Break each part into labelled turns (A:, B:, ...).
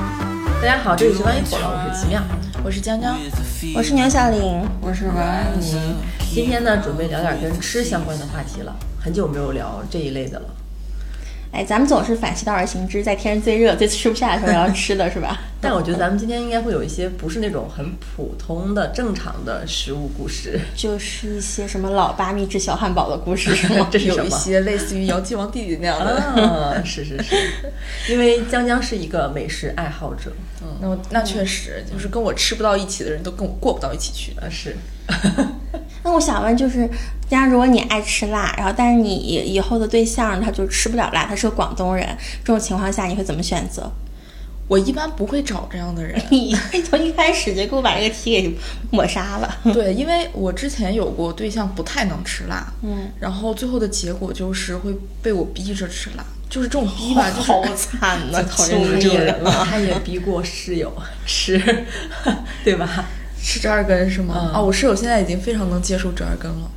A: 大家好，这里是万一火了，
B: 啊
A: 我是奇妙，我是江江。
B: 我是牛小玲，
C: 我是王安妮。
A: 今天呢，准备聊点跟吃相关的话题了，很久没有聊这一类的了。
B: 哎，咱们总是反其道而行之，在天最热、最吃不下的时候聊吃的是吧？
A: 但我觉得咱们今天应该会有一些不是那种很普通的、正常的食物故事。？
B: 就是一些什么老八秘制小汉堡的故事 是吗
A: 这是什
C: 有
A: 么
C: 一些类似于姚记王弟弟那样的，
A: 啊， 是是是，因为江江是一个美食爱好者，
C: 那我那确实就是跟我吃不到一起的人都跟我过不到一起去的。
A: 呃，是
B: 那我想问，就是，家如果你爱吃辣，然后但是你以后的对象他就吃不了辣，他是个广东人，这种情况下你会怎么选 择？，
C: 我一般不会找这样 的人
B: 你从一开始就给我把这个题给抹杀了。
C: 对，因为我之前有过对象不太能吃辣，
B: 嗯，
C: 然后最后的结果就是会被我逼着吃辣，就是这种逼吧，就 是
B: 好惨啊呐，讨
A: 就
B: 厌
A: 是这
B: 这种
A: 个
B: 人
A: 人了
B: 了。，
A: 他也逼过室友吃， 对吧？
C: 吃折耳根是吗？
A: 嗯
C: 啊，我室友现在已经非常能接受折耳根了。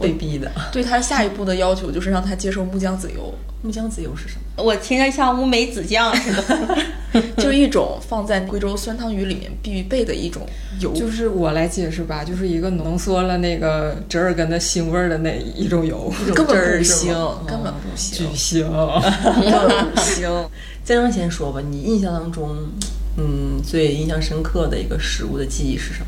A: 被逼的。
C: 对他下一步的要求就是让他接受木姜子油，
A: 木姜子油是什么？
B: 我听着像乌梅子酱似 的。
A: 嗯
C: 就是一种放在贵州酸汤鱼里面必备的一种油，
D: 就是我来解释吧，就是一个浓缩了那个折耳根的腥味儿的那一种油，
C: 根本不
A: 是
C: 行
A: 吗，嗯
C: 根本不
D: 巨
C: 行，
D: 腥。
C: 根本不行。
A: 江江先说吧，你印象当中，嗯，最印象深刻的一个食物的记忆是什么？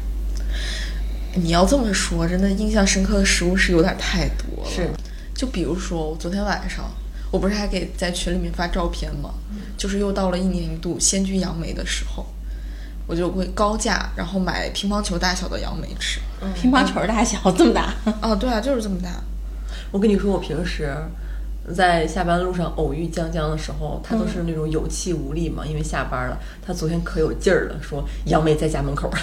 C: 你要这么说，真的印象深刻的食物是有点太多了。
A: 是，
C: 就比如说我昨天晚上，我不是还给在群里面发照片吗？就是又到了一年一度仙居杨梅的时候，我就会高价然后买乒乓球大小的杨梅吃。
B: 乒乓球大小这么大，
C: 啊，对啊，就是这么大。
A: 我跟你说，我平时在下班路上偶遇江江的时候，他都是那种有气无力嘛，因为下班了。他昨天可有劲儿了，说杨梅在家门口儿。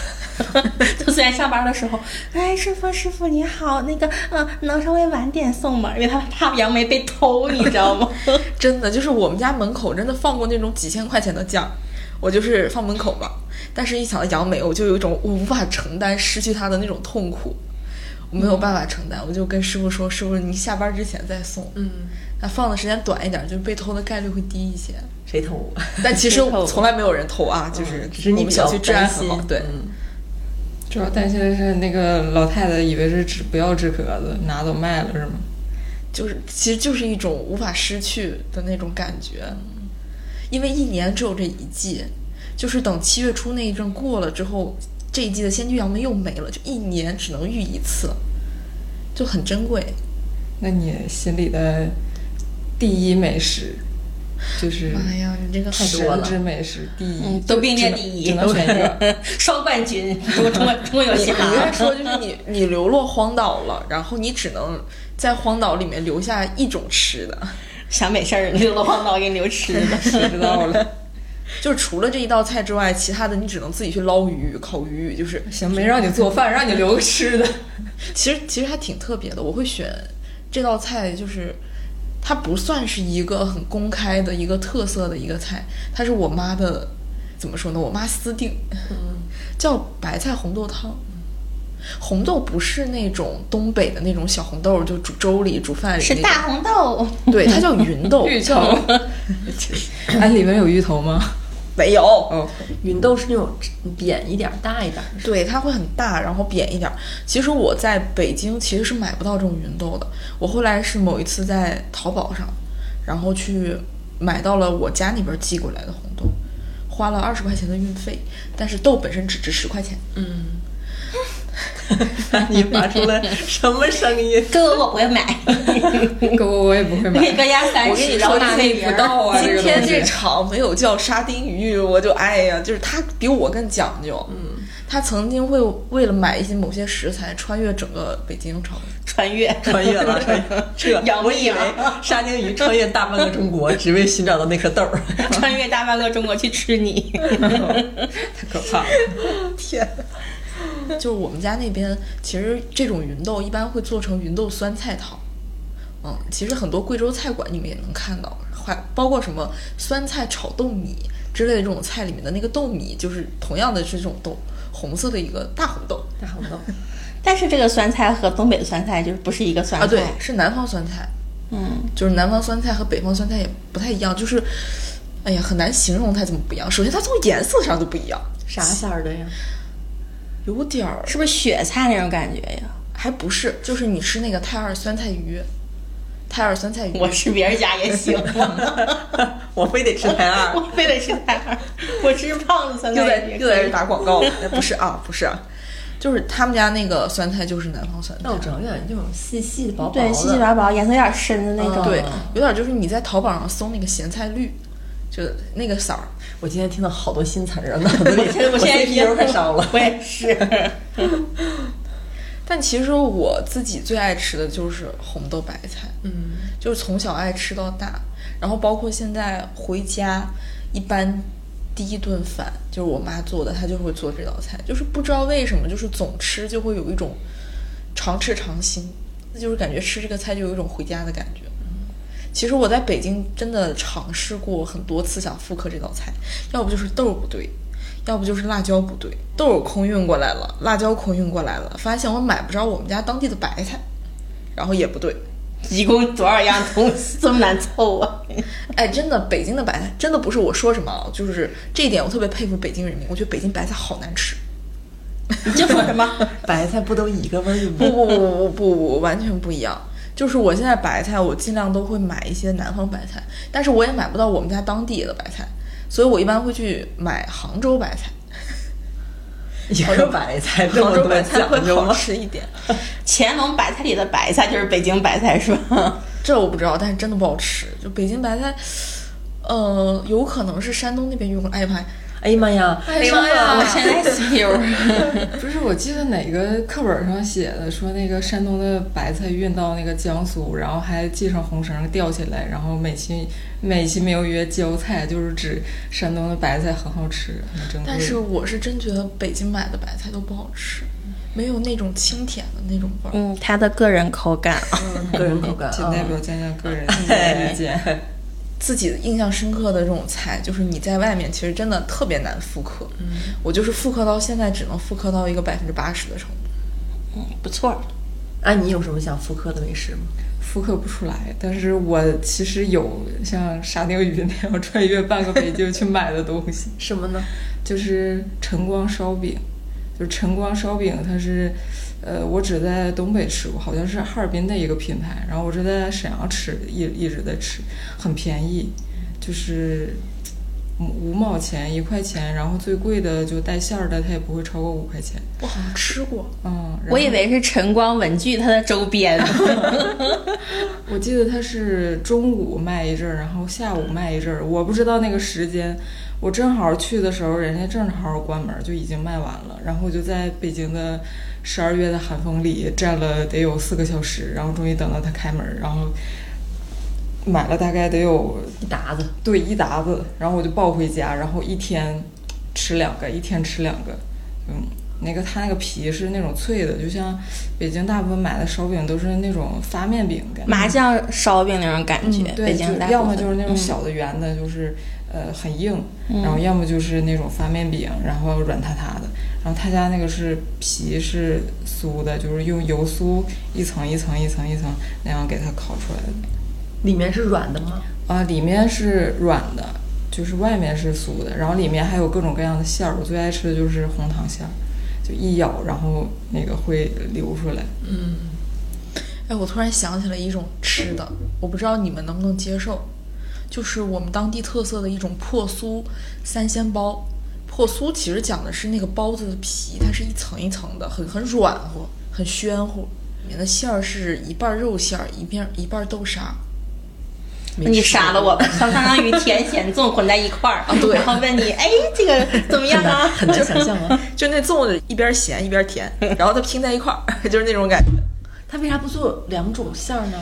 B: 就虽然上班的时候，哎，顺丰师傅你好，那个，嗯，能稍微晚点送吗？因为他怕杨梅被偷，你知道吗？
C: 真的就是我们家门口真的放过那种几千块钱的酱，我就是放门口嘛。但是，一想到杨梅，我就有一种我无法承担失去它的那种痛苦，我没有办法承担，我就跟师傅说：“师傅，你下班之前再送。”
A: 嗯，
C: 那放的时间短一点，就被偷的概率会低一些。
A: 谁偷？嗯
C: 但其实
B: 被偷
C: 从来没有人偷啊，就是
A: 只是你
C: 我
A: 比
C: 们
A: 较
C: 小区治安
A: 担
C: 很
A: 心
C: 好。对，
A: 嗯
D: 主要担心的是那个老太太以为是治不要治咳子，拿走卖了是吗？
C: 就是其实就是一种无法失去的那种感觉，因为一年只有这一季，就是等七月初那一阵过了之后，这一季的仙居杨梅又没了，就一年只能遇一次，就很珍贵。
D: 那你心里的第一美食就是
C: 妈哎呀，你这个
A: 太多了
D: 神之美食第一，
B: 嗯 都并列第一
D: 只能只能选一个。
B: 双冠军，中中国中国有
C: 你
B: 嘻
C: 你
B: 哈
C: 刚。才说就是你你流落荒岛了，然后你只能在荒岛里面留下一种吃的，
B: 想美事儿，流落荒岛给你留吃的。
D: 谁知道了？
C: 就是除了这一道菜之外，其他的你只能自己去捞鱼、烤鱼，就是
D: 行，没让你做饭，让你留个吃的。
C: 其实其实还挺特别的，我会选这道菜，就是它不算是一个很公开的一个特色的一个菜，它是我妈的，怎么说呢？我妈私定， 叫白菜红豆汤。红豆不是那种东北的那种小红豆，就煮粥里、煮饭里
B: 是
C: 那
B: 大红豆，
C: 种，对， 它叫芸 豆，
D: 芋头，哎，里面有芋头吗？
C: 没有，
D: 哦，
A: 芸豆是那种扁一点儿、大一点儿的，
C: 对，它会很大，然后扁一点儿。其实我在北京其实是买不到这种芸豆的，我后来是某一次在淘宝上，然后去买到了我家那边寄过来的红豆，花了二十块钱的运费，但是豆本身只值十块钱。
A: 你发出了什么声音？
B: 哥我不会买，
D: 给我我也不会买。
B: 那个压三
C: 我跟
B: 十，
C: 你
B: 然后
C: 说，
B: 大
C: 那
B: 那
C: 不到啊！
D: 这
C: 今
D: 个
C: 天
D: 东西
C: 这场没有叫沙丁鱼，我就哎呀，就是他比我更讲究。嗯，他曾经会为了买一些某些食材，穿越整个北京城。
B: 穿越。
A: 穿越了，穿越这
B: 杨
A: 我以
B: 幂
A: 为
B: 啊
A: 沙丁鱼穿越大半个中国，只为寻找到那颗豆 儿。
B: 穿越大半个中国去吃你，
D: 太可怕了。
C: 就是我们家那边，其实这种芸豆一般会做成芸豆酸菜汤。嗯，其实很多贵州菜馆你们也能看到，还包括什么酸菜炒豆米之类的这种菜里面的那个豆米，就是同样的是这种豆，红色的一个大红豆
A: 大红豆，
B: 但是这个酸菜和东北的酸菜就是不是一个酸
C: 啊，
B: 菜。
C: 对，是南方酸菜，
B: 嗯，
C: 就是南方酸菜和北方酸菜也不太一样，就是，哎呀，很难形容它怎么不一样。首先，它从颜色上就不一样，
A: 啥色儿的 呀？
C: 有点儿
B: 是不是雪菜那种感觉呀？
C: 还不是，就是你吃那个泰二酸菜鱼，泰二酸菜鱼，
B: 我吃别人家也行，
A: 我非得吃台二，
B: 我非得吃菜花，我吃胖子酸
C: 又
B: 菜
C: 在
B: 鱼
C: 又在这打广 告了，哎不是啊，不是啊，就是他们家那个酸菜就是南方酸菜
A: 那我，知道，有点那种细细的、薄薄的，
B: 对，细细薄薄，颜色有点深的那种。
C: 对
A: 嗯，
C: 有点就是你在淘宝上搜那个咸菜绿，就那个色儿，
A: 我今天听到好多新词儿啊，脑子里
B: 我现在
A: 皮油快烧了。
B: 我也是，
C: 但其实我自己最爱吃的就是红豆白菜，
A: 嗯，
C: 就是从小爱吃到大，然后包括现在回家，一般第一顿饭就是我妈做的，她就会做这道菜，就是不知道为什么，就是总吃就会有一种常吃常新，那就是感觉吃这个菜就有一种回家的感觉。其实我在北京真的尝试过很多次想复刻这道菜，要不就是豆儿不对，要不就是辣椒不对，豆儿空运过来了，辣椒空运过来了，发现我买不着我们家当地的白菜，然后也不对，
B: 一共多少样东西这么难凑 啊？
C: 哎，真的，北京的白菜真的不是我说什么，啊，就是这一点我特别佩服北京人民。我觉得北京白菜好难吃。
B: 你就说什么？
A: 白菜不都一个味儿
C: 不
A: 吗？
C: 不不不不不，完全不一样。就是我现在白菜，我尽量都会买一些南方白菜，但是我也买不到我们家当地的白菜，所以我一般会去买杭州白菜。
A: 一个白菜这
C: 杭
A: 么
C: 州
A: 多
C: 白菜会
A: 讲究
C: 好
A: 吗？
C: 吃一点，
B: 乾隆白菜里的白菜就是北京白菜是吧？
C: 这我不知道，但是真的不好吃。就北京白菜，呃，有可能是山东那边运过来。哎呀妈呀！
A: 哎呀妈呀！
C: 哎呀妈 呀！
B: 我现在吸油。
D: 不是，我记得哪个课本上写的，说那个山东的白菜运到那个江苏，然后还系上红绳吊起来，然后美其美其名曰浇菜，就是指山东的白菜很好吃，很珍贵。
C: 但是我是真觉得北京买的白菜都不好吃，没有那种清甜的那种味儿。
B: 嗯，他的个人口感啊，
A: 个人口感
D: 仅
A: 啊
D: 代，表江江 个人的意见。
C: 自己印象深刻的这种菜，就是你在外面其实真的特别难复刻。嗯，我就是复刻到现在只能复刻到一个百分之八十的程度。
B: 不错。
A: 那哎你有什么想复刻的美食吗？
D: 复刻不出来，但是我其实有像沙丁鱼那样穿越半个北京去买的东西，
A: 什么呢？
D: 就是晨光烧饼，就是晨光烧饼，它是，呃，我只在东北吃过，好像是哈尔滨的一个品牌，然后我是在沈阳吃，一一直在吃，很便宜，就是嗯五毛钱一块钱，然后最贵的就带馅儿的，它也不会超过五块钱，
C: 我好像吃过，
D: 嗯，然后
B: 我以为是晨光文具它的周 边，
D: 我记得它是中午卖一阵儿，然后下午卖一阵儿，我不知道那个时间。我正好去的时候，人家正好关门，就已经卖完了。然后我就在北京的十二月的寒风里站了得有四个小时，然后终于等到它开门，然后买了大概得有
A: 一沓子，
D: 对一沓子，然后我就抱回家，然后一天吃两个，一天吃两个，嗯，那个它那个皮是那种脆的，就像北京大部分买的烧饼都是那种发面饼感觉。
B: 麻酱烧饼那种感觉，
D: 对，
B: 北
D: 就
B: 京大
D: 要
B: 部
D: 么
B: 分嗯
D: 就是那种小的圆的，就是呃很硬，然后要么就是那种发面饼，然后软塌塌的。然后他家那个是皮是酥的，就是用油酥一层一层一层一层那样给它烤出来的。
A: 里面是软的吗？
D: 啊，里面是软的，就是外面是酥的，然后里面还有各种各样的馅儿。我最爱吃的就是红糖馅儿，就一咬然后那个会流出来。
C: 哎，我突然想起来一种吃的，我不知道你们能不能接受，就是我们当地特色的一种破酥三鲜包。破酥其实讲的是那个包子的皮，它是一层一层的，很很软和，很暄乎。里面的馅儿是一半儿肉馅儿，一面一半儿 豆沙。
A: 没
B: 你
A: 吃
B: 杀了我吧，相相当于甜咸粽混在一块 儿，
C: 对
B: 然后问你，哎，这个怎么样啊？
A: 很难想象 啊，
C: 就那粽子一边咸一边甜，然后它拼在一块儿， 就是那种感觉。
A: 它为啥不做两种馅儿呢？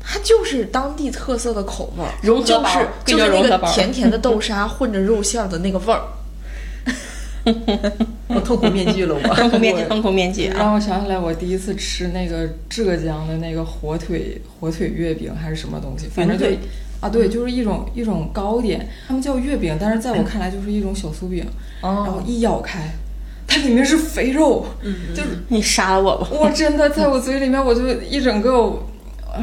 C: 它就是当地特色的口味儿，
B: 融合
C: 就
B: 包
C: 是
B: 儿
C: 就
B: 贵
C: 是
B: 州
C: 那
B: 融合
C: 个
B: 包儿
C: 甜甜的豆沙混着肉馅儿的那个味儿。
A: 我痛苦面具了我。
B: 崩口面具，崩口面具啊！
D: 让我想起来，我第一次吃那个浙江的那个火腿火腿月饼还是什么东西，反正就
A: 云腿
D: 啊，对，就是一种一种糕点，他们叫月饼，但是在
B: 嗯
D: 我看来就是一种小酥饼。
B: 哦
D: 然后一咬开，它里面是
B: 嗯
D: 肥肉，就是
B: 你杀了我吧！
D: 我真的在我嘴里面，我就一整个我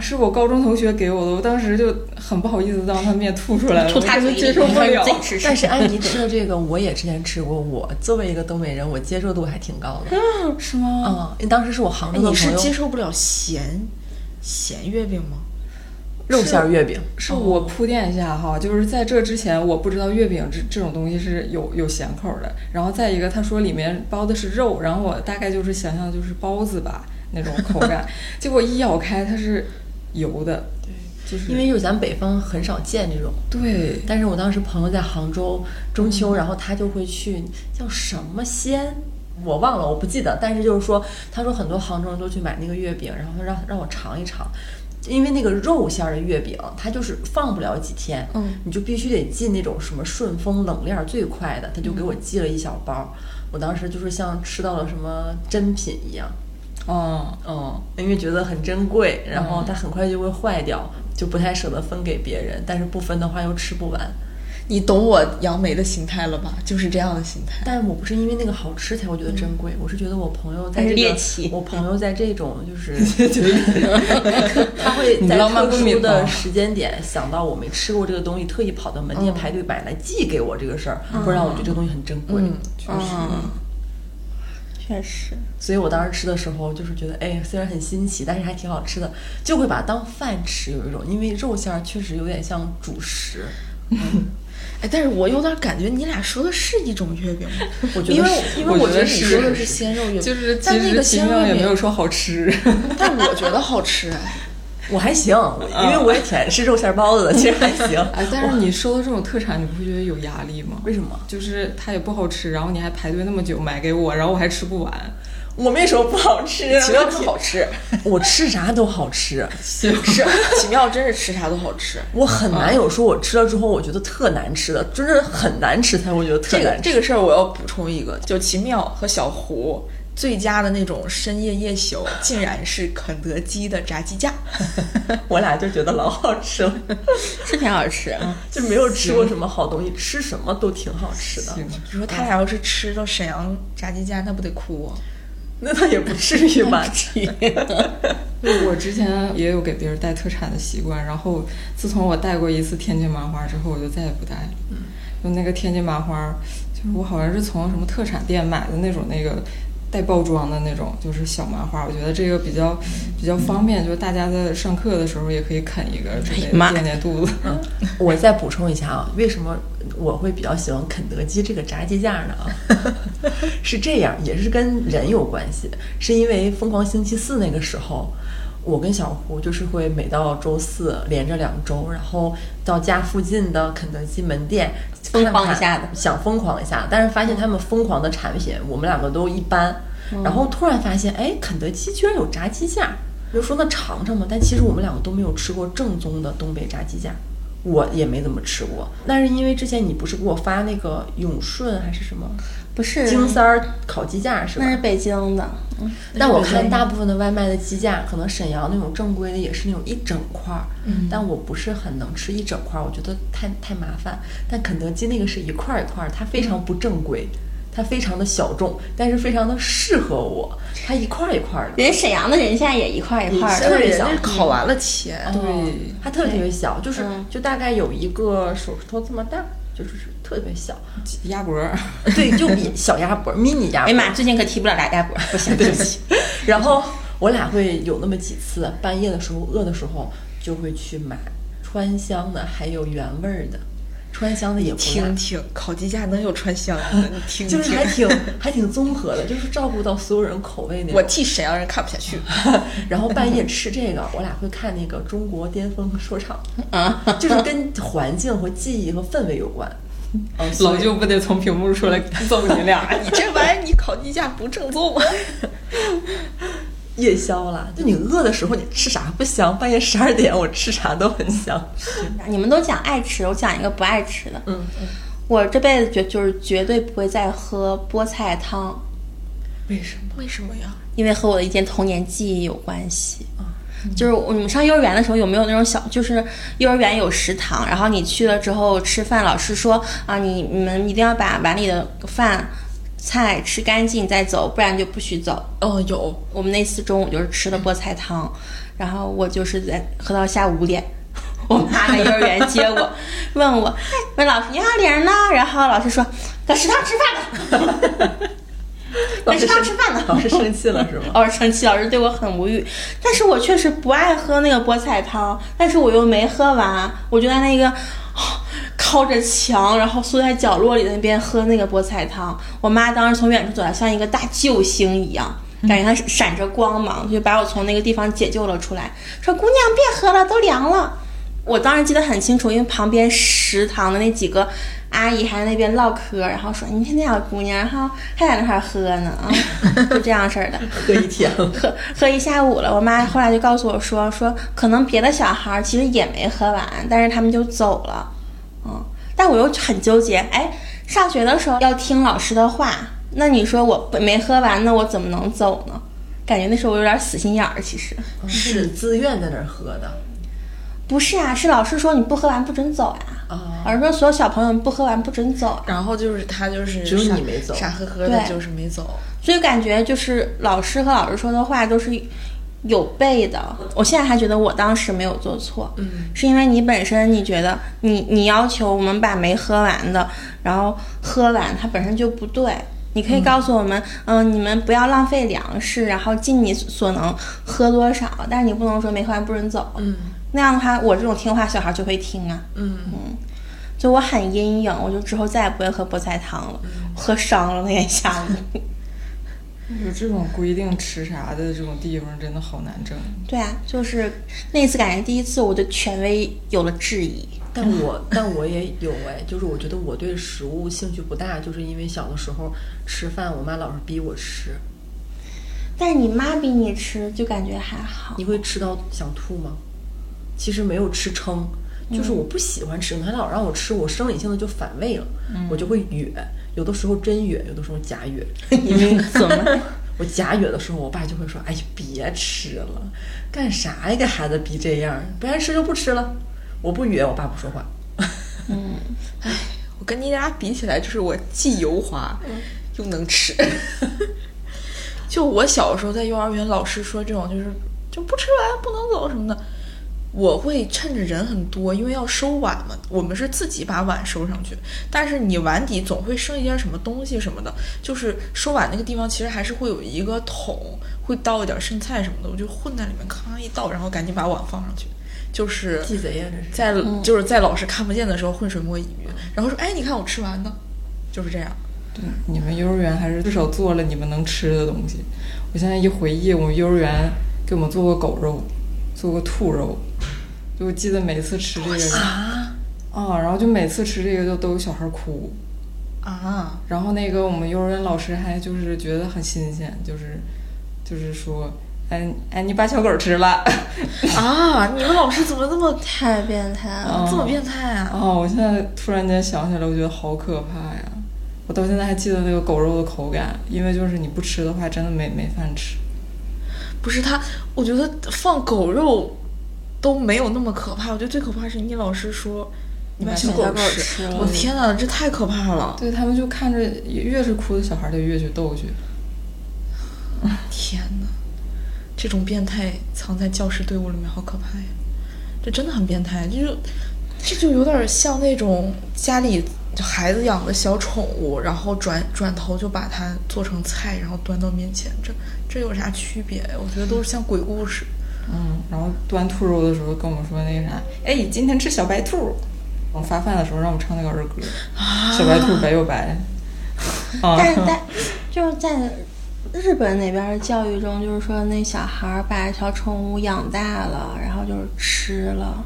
D: 是我高中同学给我的，我当时就很不好意思当他面 吐出来了，
B: 吐他
D: 我
B: 嘴
D: 真的
B: 里，
D: 接受不了
B: 自。己吃
A: 但
B: 吃。
A: 是安妮吃的这个，我也之前吃过。我作为一个东北人，我接受度还挺高的。
D: 是吗？
A: 嗯，因为当时是我杭州的
C: 哎你是
A: 朋
C: 接
A: 友，
C: 受不了咸咸月饼吗？
A: 肉馅
C: 嗯
A: 儿月饼。
D: 是我铺垫一下哈，就是在这之前我不知道月饼这这种东西是有有咸口的。然后再一个，他说里面包的是肉，然后我大概就是想象就是包子吧那种口 感，结果一咬开它是油的，对，就是
A: 因为就是咱北方很少见这种，
D: 对
A: 但是我当时朋友在杭州中秋，然后他就会去叫什么鲜，我忘了，我不记得。但是就是说，他说很多杭州人都去买那个月饼，然后让让我尝一尝。因为那个肉馅儿的月饼，它就是放不了几天，
C: 嗯，
A: 你就必须得进那种什么顺丰冷链儿最快的，他就给我寄了一小包儿，我当时就是像吃到了什么珍品一样，
D: 嗯，
A: 嗯，因为觉得很珍贵，然后它很快就会坏掉，就不太舍得分给别人，但是不分的话又吃不完。
C: 你懂我杨梅的心态了吧？就是这样的心态。
A: 但是我不是因为那个好吃才会觉得珍贵，我是觉得我朋友在
B: 但
A: 这个，
B: 是猎奇
A: 我朋友在这种就是 他会
D: 你
A: 在
D: 浪漫
A: 特
D: 不明
A: 殊
D: 白
A: 的时间点想到我没吃过这个东西，特意跑到门店
C: 嗯
A: 排队买来寄给我这个事儿，会让我觉得这个东西很珍贵。
C: 嗯
D: 确实。
B: 嗯，确实，
A: 所以我当时吃的时候，就是觉得，哎，虽然很新奇，但是还挺好吃的，就会把它当饭吃，有一种，因为肉馅儿确实有点像主食。
C: 哎，但是我有点感觉你俩说的是一种月饼吗？
A: 我觉得
C: 因为
A: 是
C: 因为
D: 我
C: 我觉
D: 觉得
C: 得你说的
D: 是
C: 是鲜肉月饼，
D: 就是其
C: 但那
D: 实
C: 个
D: 其
C: 鲜
D: 实
C: 肉
D: 也没
C: 饼
D: 有说好吃，
C: 但我觉得好吃哎。
A: 我还行，因为我也挺爱吃肉馅儿包子的，其实还行。
D: 哎，但是你收到这种特产，你不会觉得有压力吗？
A: 为什么？
D: 就是它也不好吃，然后你还排队那么久买给我，然后我还吃不完。
A: 我没说不好吃，啊
C: 奇妙不 好吃，
A: 我 吃啥都好吃，
C: 是奇妙，真是吃啥都好吃。
A: 我很难有说我吃了之后我觉得特难吃的，真是很难吃才会觉得特
C: 这个
A: 难吃。
C: 这个事儿我要补充一个，就奇妙和小胡最佳的那种深夜夜宿，竟然是肯德基的炸鸡架。
A: 我俩就觉得老好吃 了，
B: 是挺好吃。嗯
A: 就没有吃过什么好东西，吃什么都挺好吃的。
D: 行，
C: 你说他俩要是吃到沈阳炸鸡架，那不得哭啊？
A: 那倒 也不至于吧？
D: 对我之前也有给别人带特产的习惯，然后自从我带过一次天津麻花之后，我就再也不带了。就那个天津麻花，就是我好像是从什么特产店买的那种那个带包装的那种，就是小麻花。我觉得这个比较比较方便，就是大家在上课的时候也可以啃一个之类
B: 哎呀妈
D: 的垫垫肚子。
A: 我再补充一下啊，为什么我会比较喜欢肯德基这个炸鸡架呢？啊， 是这样，也是跟人有关系，是因为《疯狂星期四》那个时候，我跟小胡就是会每到周四连着两周，然后到家附近的肯德基门店
B: 疯狂
A: 看看
B: 一下子
A: 想疯狂一下，但是发现他们疯狂的产品，我们两个都一般。
B: 嗯
A: 然后突然发现，哎，肯德基居然有炸鸡架，就说那尝尝吧。但其实我们两个都没有吃过正宗的东北炸鸡架，我也没怎么吃过。但是因为之前你不是给我发那个永顺还是什么
B: 不是，
A: 京三儿烤鸡架是吧
B: 那？是北京的，嗯
A: 但我看大部分的外卖的鸡架，可能沈阳那种正规的也是那种一整块儿，
B: 嗯
A: 但我不是很能吃一整块儿，我觉得太太麻烦。但肯德基那个是一块儿一块儿，它非常不正规，
B: 嗯
A: 它非常的小众，但是非常的适合我，它一块儿一块儿的。
B: 人沈阳的人现在也一块儿一块儿
A: 特
C: 特
B: 的。
A: 别
C: 别
A: 小
C: 那烤完了切，
A: 哦它特别特别小，就是
B: 嗯
A: 就大概有一个手指头这么大，就是特别小，
D: 鸭脖儿，
A: 对，就比小鸭脖，mini 鸭脖
B: 哎呀。妈，最近可提不了俩鸭脖，不行，对不起。
A: 然后我俩会有那么几次，半夜的时候饿的时候就会去买川香的，还有原味儿的。川香的也不
C: 听
A: 辣，
C: 听烤鸡架能有川 香的，你
A: 嗯
C: 听听。
A: 就是还挺还挺综合的，就是照顾到所有人口味那
C: 我
A: 种。
C: 替沈阳人看不下去。
A: 然后半夜吃这个，我俩会看那个中国巅峰说 唱，
C: 啊
A: 就是跟环境和记忆和氛围有关。 嗯，所
D: 老
A: 以
D: 舅不得从屏幕出来揍你俩？
C: 你这玩意儿，你烤鸡架不正宗。
A: 夜宵啦，就你饿的时候你吃啥不香，半夜十二点我吃啥都很香。
B: 你们都讲爱吃，我讲一个不爱吃的。嗯，我这辈子绝就是绝对不会再喝菠菜汤，
A: 为什么？
C: 为什么呀？
B: 因为和我的一件童年记忆有关系。啊就是我你们上幼儿园的时候有没有那种小，就是幼儿园有食堂，然后你去了之后吃饭，老师说啊，你你们一定要把碗里的饭菜吃干净再走，不然就不许走。
C: 哦，有
B: 我们那次中午就是吃的菠菜汤，然后我就是在喝到下午五点，我妈来幼儿园接我，问我问老师你好玲呢？然后老师说在食堂吃饭呢， 在食堂吃饭呢。
A: 老师生气了是 吗？
B: 老师哦生气，老师对我很无语。但是我确实不爱喝那个菠菜汤，但是我又没喝完，我就在那个、哦靠着墙，然后缩在角落里那边喝那个菠菜汤。我妈当时从远处走来，像一个大救星一样。感觉她闪着光芒，就把我从那个地方解救了出来，说：“姑娘，别喝了，都凉了。”我当时记得很清楚，因为旁边食堂的那几个阿姨还在那边唠嗑，然后说：“你看那小姑娘哈，还在那块儿喝呢啊，就这样式儿的。”
A: 喝一天了，
B: 喝喝一下午了。我妈后来就告诉我说，说可能别的小孩儿其实也没喝完，但是他们就走了。嗯，但我又很纠结，哎，上学的时候要听老师的话，那你说我没喝完，那我怎么能走呢？感觉那时候我有点死心眼儿，其实
A: 是你自愿在那儿喝的。
B: 不是啊，是老师说你不喝完不准走呀、啊。
A: 哦
B: 老师说所有小朋友你不喝完不准走啊、
C: 然后就是他就是
A: 只有
C: 傻
A: 你没走
C: 傻呵呵的，
B: 对
C: 就是没走。
B: 所以感觉就是老师和老师说的话都是有背的。我现在还觉得我当时没有做错，
C: 嗯，
B: 是因为你本身你觉得你你要求我们把没喝完的，然后喝完，它本身就不对。你可以告诉我们，嗯、你们不要浪费粮食，然后尽你所能喝多少，但是你不能说没喝完不准走。
C: 嗯
B: 那样的话，我这种听话小孩就会听啊。
C: 嗯，
B: 就我很阴影，我就之后再也不会喝菠菜汤了，喝伤了那天下午。
D: 有这种规定吃啥的这种地方真的好难整。
B: 对啊，就是那次感觉第一次我对权威有了质疑。
A: 但 我但我也有哎，就是我觉得我对食物兴趣不大，就是因为小的时候吃饭，我妈老是逼我吃。
B: 但是你妈逼你吃，就感觉还好
A: 你。会吃到想吐吗？其实没有吃撑，就是我不喜欢吃，你还老让我吃，我生理性的就反胃了，我就会哕，有的时候真哕，有的时候假 哕。
B: 你们怎么？
A: 我假哕的时候，我爸就会说：“哎呀，别吃了，干啥呀？给孩子逼这样，不愿意吃就不吃了。”我不哕，我爸不说话。
C: 我跟你俩比起来，就是我既油滑、又能吃。嗯 就我小时候在幼儿园，老师说这种就是就不吃完不能走什么的，我会趁着人很多，因为要收碗嘛，我们是自己把碗收上去，但是你碗底总会剩一点什么东西什么的，就是收碗那个地方其实还是会有一个桶，会倒一点剩菜什么的，我就混在里面，咔一倒，然后赶紧把碗放上去，就是
A: 鸡贼呀，啊这是。
C: 在就是在老师看不见的时候浑水摸鱼，然后说：“哎，你看我吃完呢。”就是这样。
D: 你们幼儿园还是至少做了你们能吃的东西。我现在一回忆，我们幼儿园给我们做过狗肉，做过兔肉，就我记得每次吃这个啊，然后就每次吃这个就都有小孩哭。
C: 啊，
D: 然后那个我们幼儿园老师还就是觉得很新鲜，就是就是说，哎哎，你把小狗吃了。
C: 啊！你们老师怎么这么
B: 太变态了！
C: 这么变态啊？
D: 哦，我现在突然间想起来，我觉得好可怕呀！我到现在还记得那个狗肉的口感，因为就是你不吃的话，真的没没饭吃。
C: 不是他，我觉得放狗肉都没有那么可怕，我觉得最可怕是你老师说你把小
B: 小
C: 狗
B: 狗吃了
C: 我天哪，这太可怕了！
D: 对他们就看着越是哭的小孩，就越去逗去。
C: 天哪，这种变态藏在教师队伍里面，好可怕呀！这真的很变态，这就这就有点像那种家里孩子养的小宠物，然后转转头就把它做成菜，然后端到面前，这这有啥区别呀？我觉得都是像鬼故事。
D: 嗯，然后端兔肉的时候跟我们说那个啥，哎，今天吃小白兔。我们发饭的时候让我们唱那个儿歌，小白兔白 又白。啊，
B: 啊但是在就是在日本那边的教育中，就是说那小孩儿把小宠物养大了，然后就是吃了。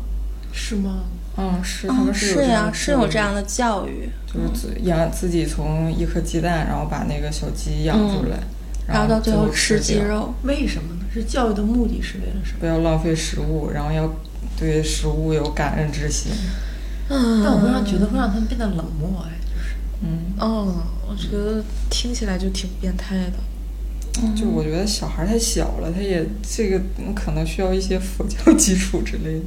A: 是吗？
D: 嗯，是他
B: 啊，
D: 们有
B: 是
D: 这
B: 呀、
D: 样
B: 是
D: 教
B: 有
D: 育
B: 这样的嗯教育，
D: 就是自养自己从一颗鸡蛋，然后把那个小鸡养出来，
B: 嗯然后到啊最后
D: 后
B: 吃鸡
D: 掉，
B: 肉。
A: 为什么呢？是教育的目的是为了什么？
D: 不要浪费食物，然后要对食物有感恩之心。
A: 但我会让觉得会让他们变得冷漠哎，就是
D: 嗯，
C: 嗯，我觉得听起来就挺变态的。
D: 就我觉得小孩太小了，他也这个嗯可能需要一些佛教基础之类的，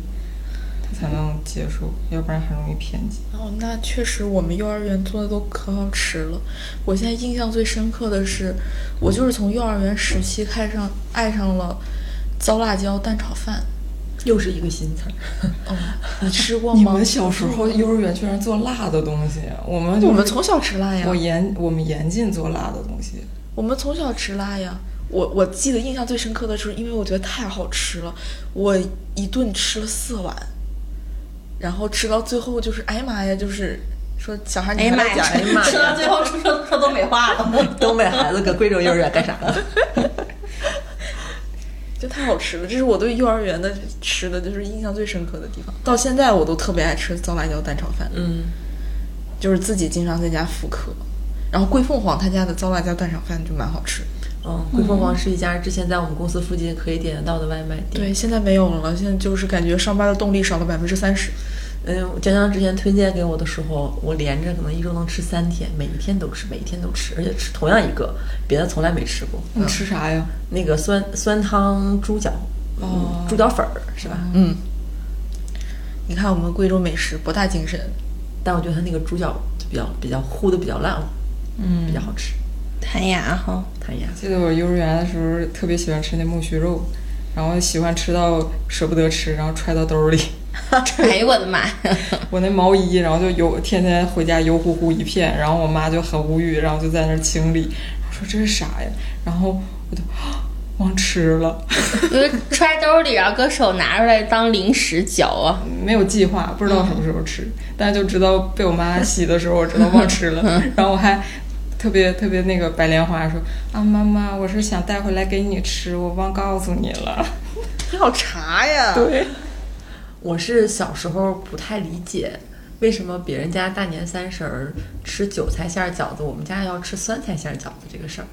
D: 他才能接受，要不然很容易偏激。
C: 哦，那确实，我们幼儿园做的都可好吃了。我现在印象最深刻的是，我就是从幼儿园时期开上爱上了糟辣椒蛋炒饭。
A: 又是一个新词儿。
C: 哦，你吃过
D: 你
C: 吗？
D: 们小时候幼儿园居然做辣的东西，啊我们就是
C: 我们从小吃辣呀，
D: 我严我们严禁做辣的东西。
C: 我们从小吃辣呀。我我记得印象最深刻的是，因为我觉得太好吃了，我一顿吃了四碗，然后吃到最后就是哎呀妈呀，就是说小孩
B: 哎
C: 你
B: 呀
C: 还
B: 妈呀
C: 来讲哎呀，妈
B: 吃
C: 呀，
B: 到最后说说说东北 话了。
A: 东北孩子搁贵州幼儿园干啥呢？
C: 就太好吃了。这是我对幼儿园的吃的就是印象最深刻的地方，到现在我都特别爱吃糟辣椒蛋炒饭，
A: 嗯，
C: 就是自己经常在家复刻。然后桂凤凰他家的糟辣椒蛋炒饭就蛮好吃的，
A: 嗯，桂凤凰是一家之前在我们公司附近可以点得到的外卖店。
C: 对，现在没有了，现在就是感觉上班的动力少了百分之三十。
A: 嗯，江江之前推荐给我的时候，我连着可能一周能吃三天，每一天都吃，每一天都吃，而且吃同样一个，别的从来没吃过。
D: 你吃啥呀？
A: 那个酸酸汤猪脚，
D: 哦
A: 嗯，猪脚粉儿是吧？
C: 嗯，你看我们贵州美食博大精深，
A: 但我觉得它那个猪脚就比较比较糊的比较烂，
D: 嗯
A: 比较好吃。
B: 谭雅哈，
A: 谭雅，
D: 记得我幼儿园的时候特别喜欢吃那木须肉，然后喜欢吃到舍不得吃，然后揣到兜里。
B: 哎呦我的妈 呀！
D: 我那毛衣，然后就油，天天回家油乎乎一片，然后我妈就很无语，然后就在那儿清理，说这是啥呀？然后我就、啊忘吃了，
B: 就是揣兜里，然后搁手拿出来当零食嚼啊。
D: 没有计划，不知道什么时候吃，但是就知道被我妈洗的时候，我知道 忘吃了，然后我还特别特别那个白莲花说啊，妈妈，我是想带回来给你吃，我忘告诉你了。
C: 你好茶呀！
D: 对，
A: 我是小时候不太理解，为什么别人家大年三十儿吃韭菜馅儿饺子，我们家要吃酸菜馅儿饺子这个事儿。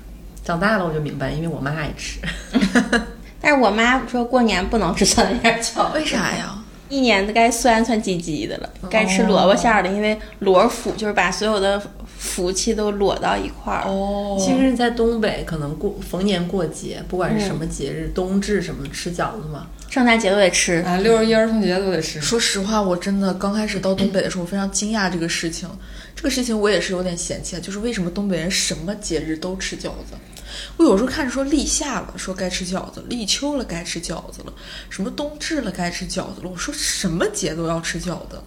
A: 长大了我就明白，因为我妈爱吃。
B: 但是我妈说过年不能吃酸菜馅儿饺，
C: 为啥呀？哦
B: 一年该酸酸唧唧的了，该吃萝卜馅儿的，因为裸腐就是把所有的福气都裸到一块儿。
C: 哦
A: 其实，在东北可能过逢年过节，不管
B: 哦
A: 是什么节日，冬至什么吃饺子嘛，
B: 圣诞节都得吃，
D: 啊，六十一儿童节都得吃。
C: 说实话，我真的刚开始到东北的时候，非常惊讶这个事情。这个事情我也是有点嫌弃，就是为什么东北人什么节日都吃饺子？我有时候看着说立夏了，说该吃饺子；立秋了该吃饺子了；什么冬至了该吃饺子了。我说什么节都要吃饺子，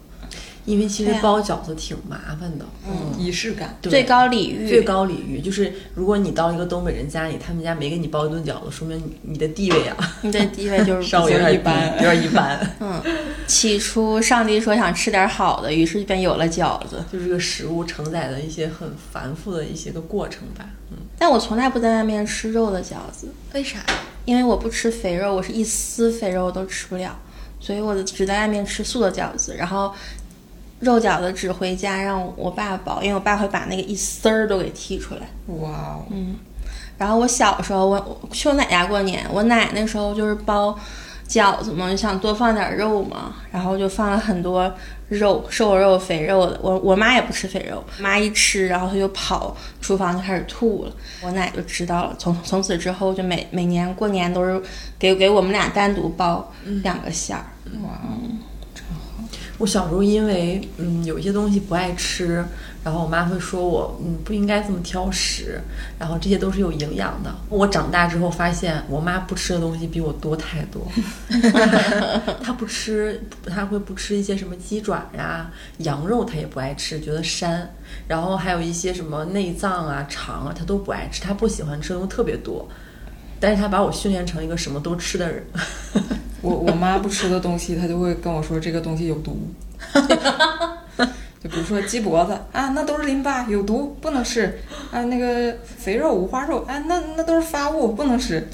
A: 因为其实
B: 对啊
A: 包饺子挺麻烦的。嗯，
D: 仪式感，
A: 对
B: 最高礼遇，
A: 最高礼遇就是，如果你到一个东北人家里，他们家没给你包一顿饺子，说明你你的地位啊，
B: 你的地位 就是
A: 稍微有
D: 较
A: 点
D: 一般
A: 低有点一 般。
B: 嗯，起初上帝说想吃点好的，于是便有了饺子。
A: 就是这个食物承载的一些很繁复的一些个过程吧。嗯，
B: 但我从来不在外面吃肉的饺子，
C: 为啥呀？
B: 因为我不吃肥肉，我是一丝肥肉都吃不了，所以我只在外面吃素的饺子，然后肉饺子只回家让我爸包，因为我爸会把那个一丝儿都给剔出来。
D: 哇哦！
B: 然后我小时候，我我去我奶家过年，我奶那时候就是包饺子嘛，就想多放点肉嘛，然后就放了很多肉，瘦肉、肥肉的。我我妈也不吃肥肉，妈一吃，然后她就跑厨房就开始吐了。我奶就知道了，从从此之后就每每年过年都是给给我们俩单独包两个馅儿。
A: 我小时候因为嗯有一些东西不爱吃，然后我妈会说我嗯不应该这么挑食，然后这些都是有营养的。我长大之后发现，我妈不吃的东西比我多太多。她不吃，她会不吃一些什么鸡爪呀、羊肉，她也不爱吃，觉得膻。然后还有一些什么内脏啊、肠啊，她都不爱吃，她不喜欢吃的东西特别多。但是她把我训练成一个什么都吃的人。
D: 我我妈不吃的东西，她就会跟我说这个东西有毒。就比如说鸡脖子啊，那都是淋巴，有毒，不能吃啊。那个肥肉、五花肉啊，那那都是发物，不能吃。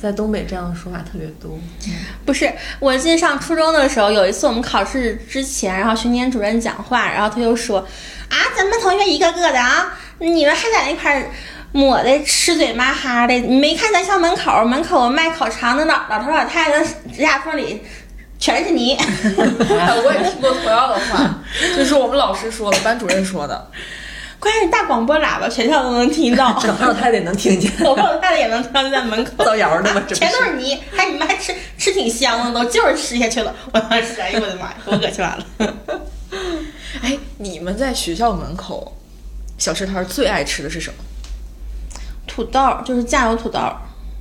A: 在东北，这样的说法特别多。
B: 不是，我记得上初中的时候，有一次我们考试之前，然后巡检主任讲话，然后他就说：“啊，咱们同学一个个的啊，你们还在那块儿抹的吃嘴麻哈的，你没看咱校门口门口卖烤肠的老老头老太太指甲缝里全是 泥。
C: 我也听过同样的话，就是我们老师说的，班主任说的。
B: 关键是大广播喇叭，全校都 能听到，
A: 小朋友太得能听见。
B: 我老太太也能听到，就在门口。”
A: 造谣呢吗？这不
B: 全都
A: 是
B: 是泥，还你们还吃吃挺香的都，就是吃下去了。 我当时，哎呦我的妈呀，给我恶心完了。
C: 哎，你们在学校门口小吃摊儿最爱吃的是什么？
B: 土豆就是酱油土豆，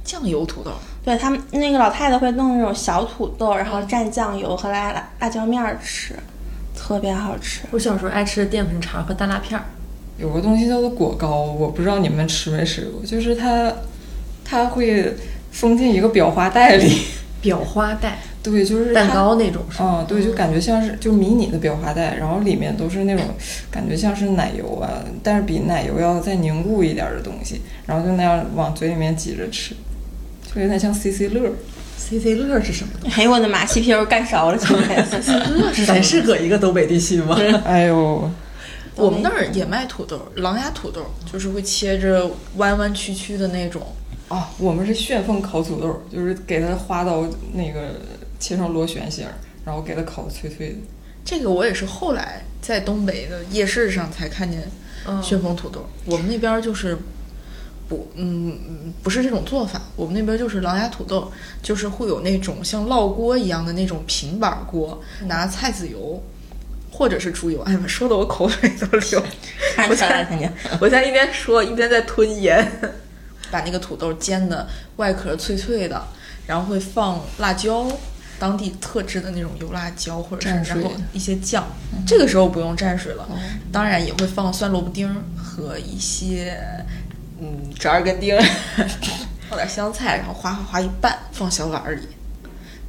C: 酱油土豆。
B: 对对他们那个老太太会弄那种小土豆，然
A: 嗯
B: 后蘸酱油和辣辣辣椒面儿吃，特别好吃。
A: 我小时候爱吃的淀粉肠和大辣片儿，
D: 有个东西叫做果糕，我不知道你们吃没吃过，就是它，它会封进一个裱花袋里，
A: 裱花袋、
D: 对，就是它
A: 蛋糕那种是吗？
D: 嗯，对，就感觉像是就迷你的裱花袋，然后里面都是那种感觉像是奶油啊，但是比奶油要再凝固一点儿的东西，然后就那样往嘴里面挤着吃，就有点像 CC 乐儿。
A: C C 乐是什么东
B: 哎呦我的妈，西皮儿干烧了，今天
A: 西？咱是搁一个东北地区吗？
D: 哎呦，
C: 我们那儿也卖土豆，狼牙土豆就是会切着弯弯曲曲的那种，
D: 啊，我们是旋风烤土豆，就是给它花到那个切成螺旋形儿，然后给它烤的脆脆的。
C: 这个我也是后来在东北的夜市上才看见
A: 嗯
C: 旋风土豆。我们那边儿就是不，嗯，嗯不是这种做法。我们那边儿就是狼牙土豆，就是会有那种像烙锅一样的那种平板儿锅，拿菜籽油或者是猪油。哎呀妈，说的我口水都流。
B: 看出来了，看见。
C: 我现在一边说一边在吞盐，把那个土豆煎的外壳脆脆的，然后会放辣椒，当地特制的那种油辣椒，或者是
D: 蘸水嗯哦
C: 然后一些酱，这个时候不用蘸水了。当然也会放蒜萝卜丁儿和一些嗯折耳根丁儿， 放点香菜，然后哗哗哗一拌，放小碗儿里，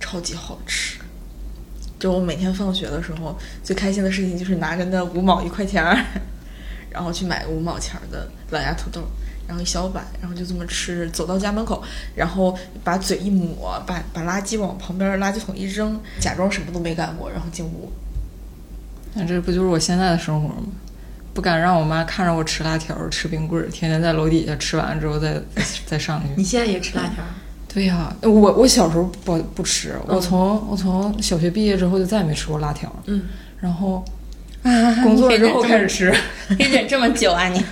C: 超级好吃。就我每天放学的时候，最开心的事情就是拿着那五毛一块钱儿， 然后去买五毛钱儿的狼牙土豆，然后一小碗，然后就这么吃，走到家门口，然后把嘴一抹，把把垃圾往旁边儿垃圾桶一扔，假装什么都没干过，然后进屋。
D: 那这不就是我现在的生活吗？不敢让我妈看着我吃辣条、吃冰棍儿，天天在楼底下吃完之后再再再上去
A: 你。现在也吃辣条？
D: 对呀、我我小时候不不吃，
C: 嗯
D: 我从、我从小学毕业之后就再也没吃过辣条。
A: 嗯，
D: 然后
B: 啊
D: 工作之后开始，吃。
B: 你可以忍这么久啊你？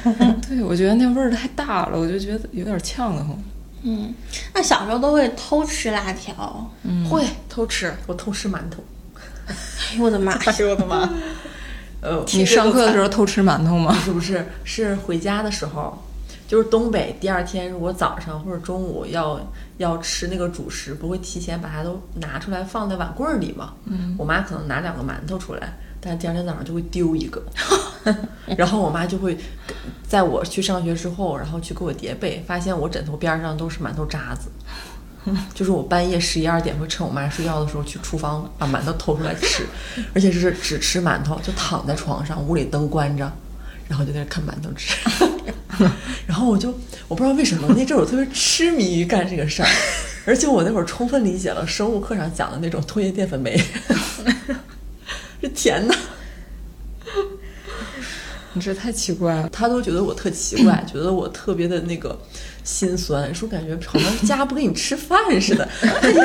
D: 对，我觉得那味儿太大了，我就觉得有点呛得慌。
B: 嗯，那小时候都会偷吃辣条，
C: 会偷吃，
A: 我偷吃馒头。
B: 哎呦我的妈 呀！
C: 哎呦我的妈！哦
A: 呃，
D: 你上课的时候偷吃馒头吗？
A: 是不是是回家的时候，就是东北第二天如果早上或者中午要要吃那个主食，不会提前把它都拿出来放在碗柜儿里嘛？嗯，我妈可能拿两个馒头出来，但是第二天早上就会丢一个， 然后我妈就会给在我去上学之后，然后去给我叠被，发现我枕头边儿上都是馒头渣子。 就是我半夜十一二点会趁我妈睡觉的时候去厨房把馒头偷出来吃，而且是只吃馒头，就躺在床上，屋里灯关着，然后就在那看馒头吃。 然后我就我不知道为什么那阵儿我特别痴迷于干这个事儿，而且我那会儿充分理解了生物课上讲的那种唾液淀粉酶， 是甜的。
D: 你这太奇怪了。
A: 他都觉得我特奇怪，觉得我特别的那个心酸，说感觉好像家不给你吃饭似的，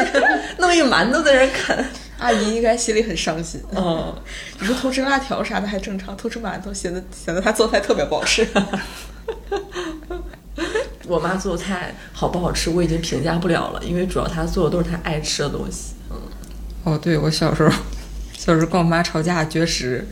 A: 弄一馒头在那儿啃。
C: 阿姨应该心里很伤心。
A: 嗯，
C: 你 说偷吃辣条啥的还正常，偷吃馒头显得显得她做菜特别不好吃。
A: 我妈做菜好不好吃，我已经评价不了了，因为主要她做的都是她爱吃的东西。
D: 哦，对，我小时候，小时候跟我妈吵架绝食，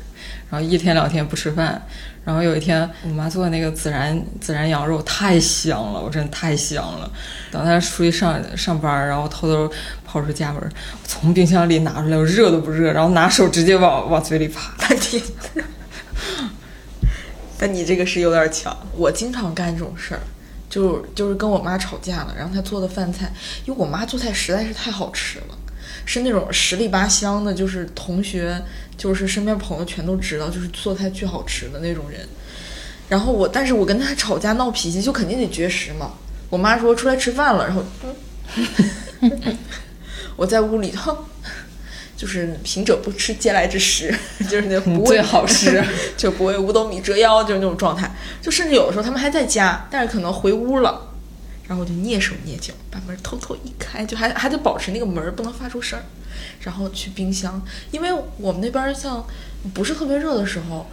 D: 然后一天两天不吃饭，然后有一天我妈做那个孜然孜然羊肉太香了，我真的太香了。等她出去上上班，然后偷偷跑出家门，我从冰箱里拿出来，我热都不热，然后拿手直接往往嘴里扒。
C: 但你，但你这个是有点强。我经常干这种事儿，就是就是跟我妈吵架了，然后她做的饭菜，因为我妈做菜实在是太好吃了，是那种十里八乡的，就是同学，就是身边朋友全都知道，就是做菜巨好吃的那种人。然后我，但是我跟她吵架闹脾气，就肯定得绝食嘛。我妈说出来吃饭了，然后， 嗯我在屋里哼。就是贫者不吃嗟来之食， 就是那不为
D: 嗯最好吃，
C: 就不为五斗米折腰，就是那种状态。就甚至有的时候他们还在家，但是可能回屋了，然后我就蹑手蹑脚把门偷偷一开，就还还得保持那个门儿不能发出声儿，然后去冰箱，因为我们那边儿像不是特别热的时候。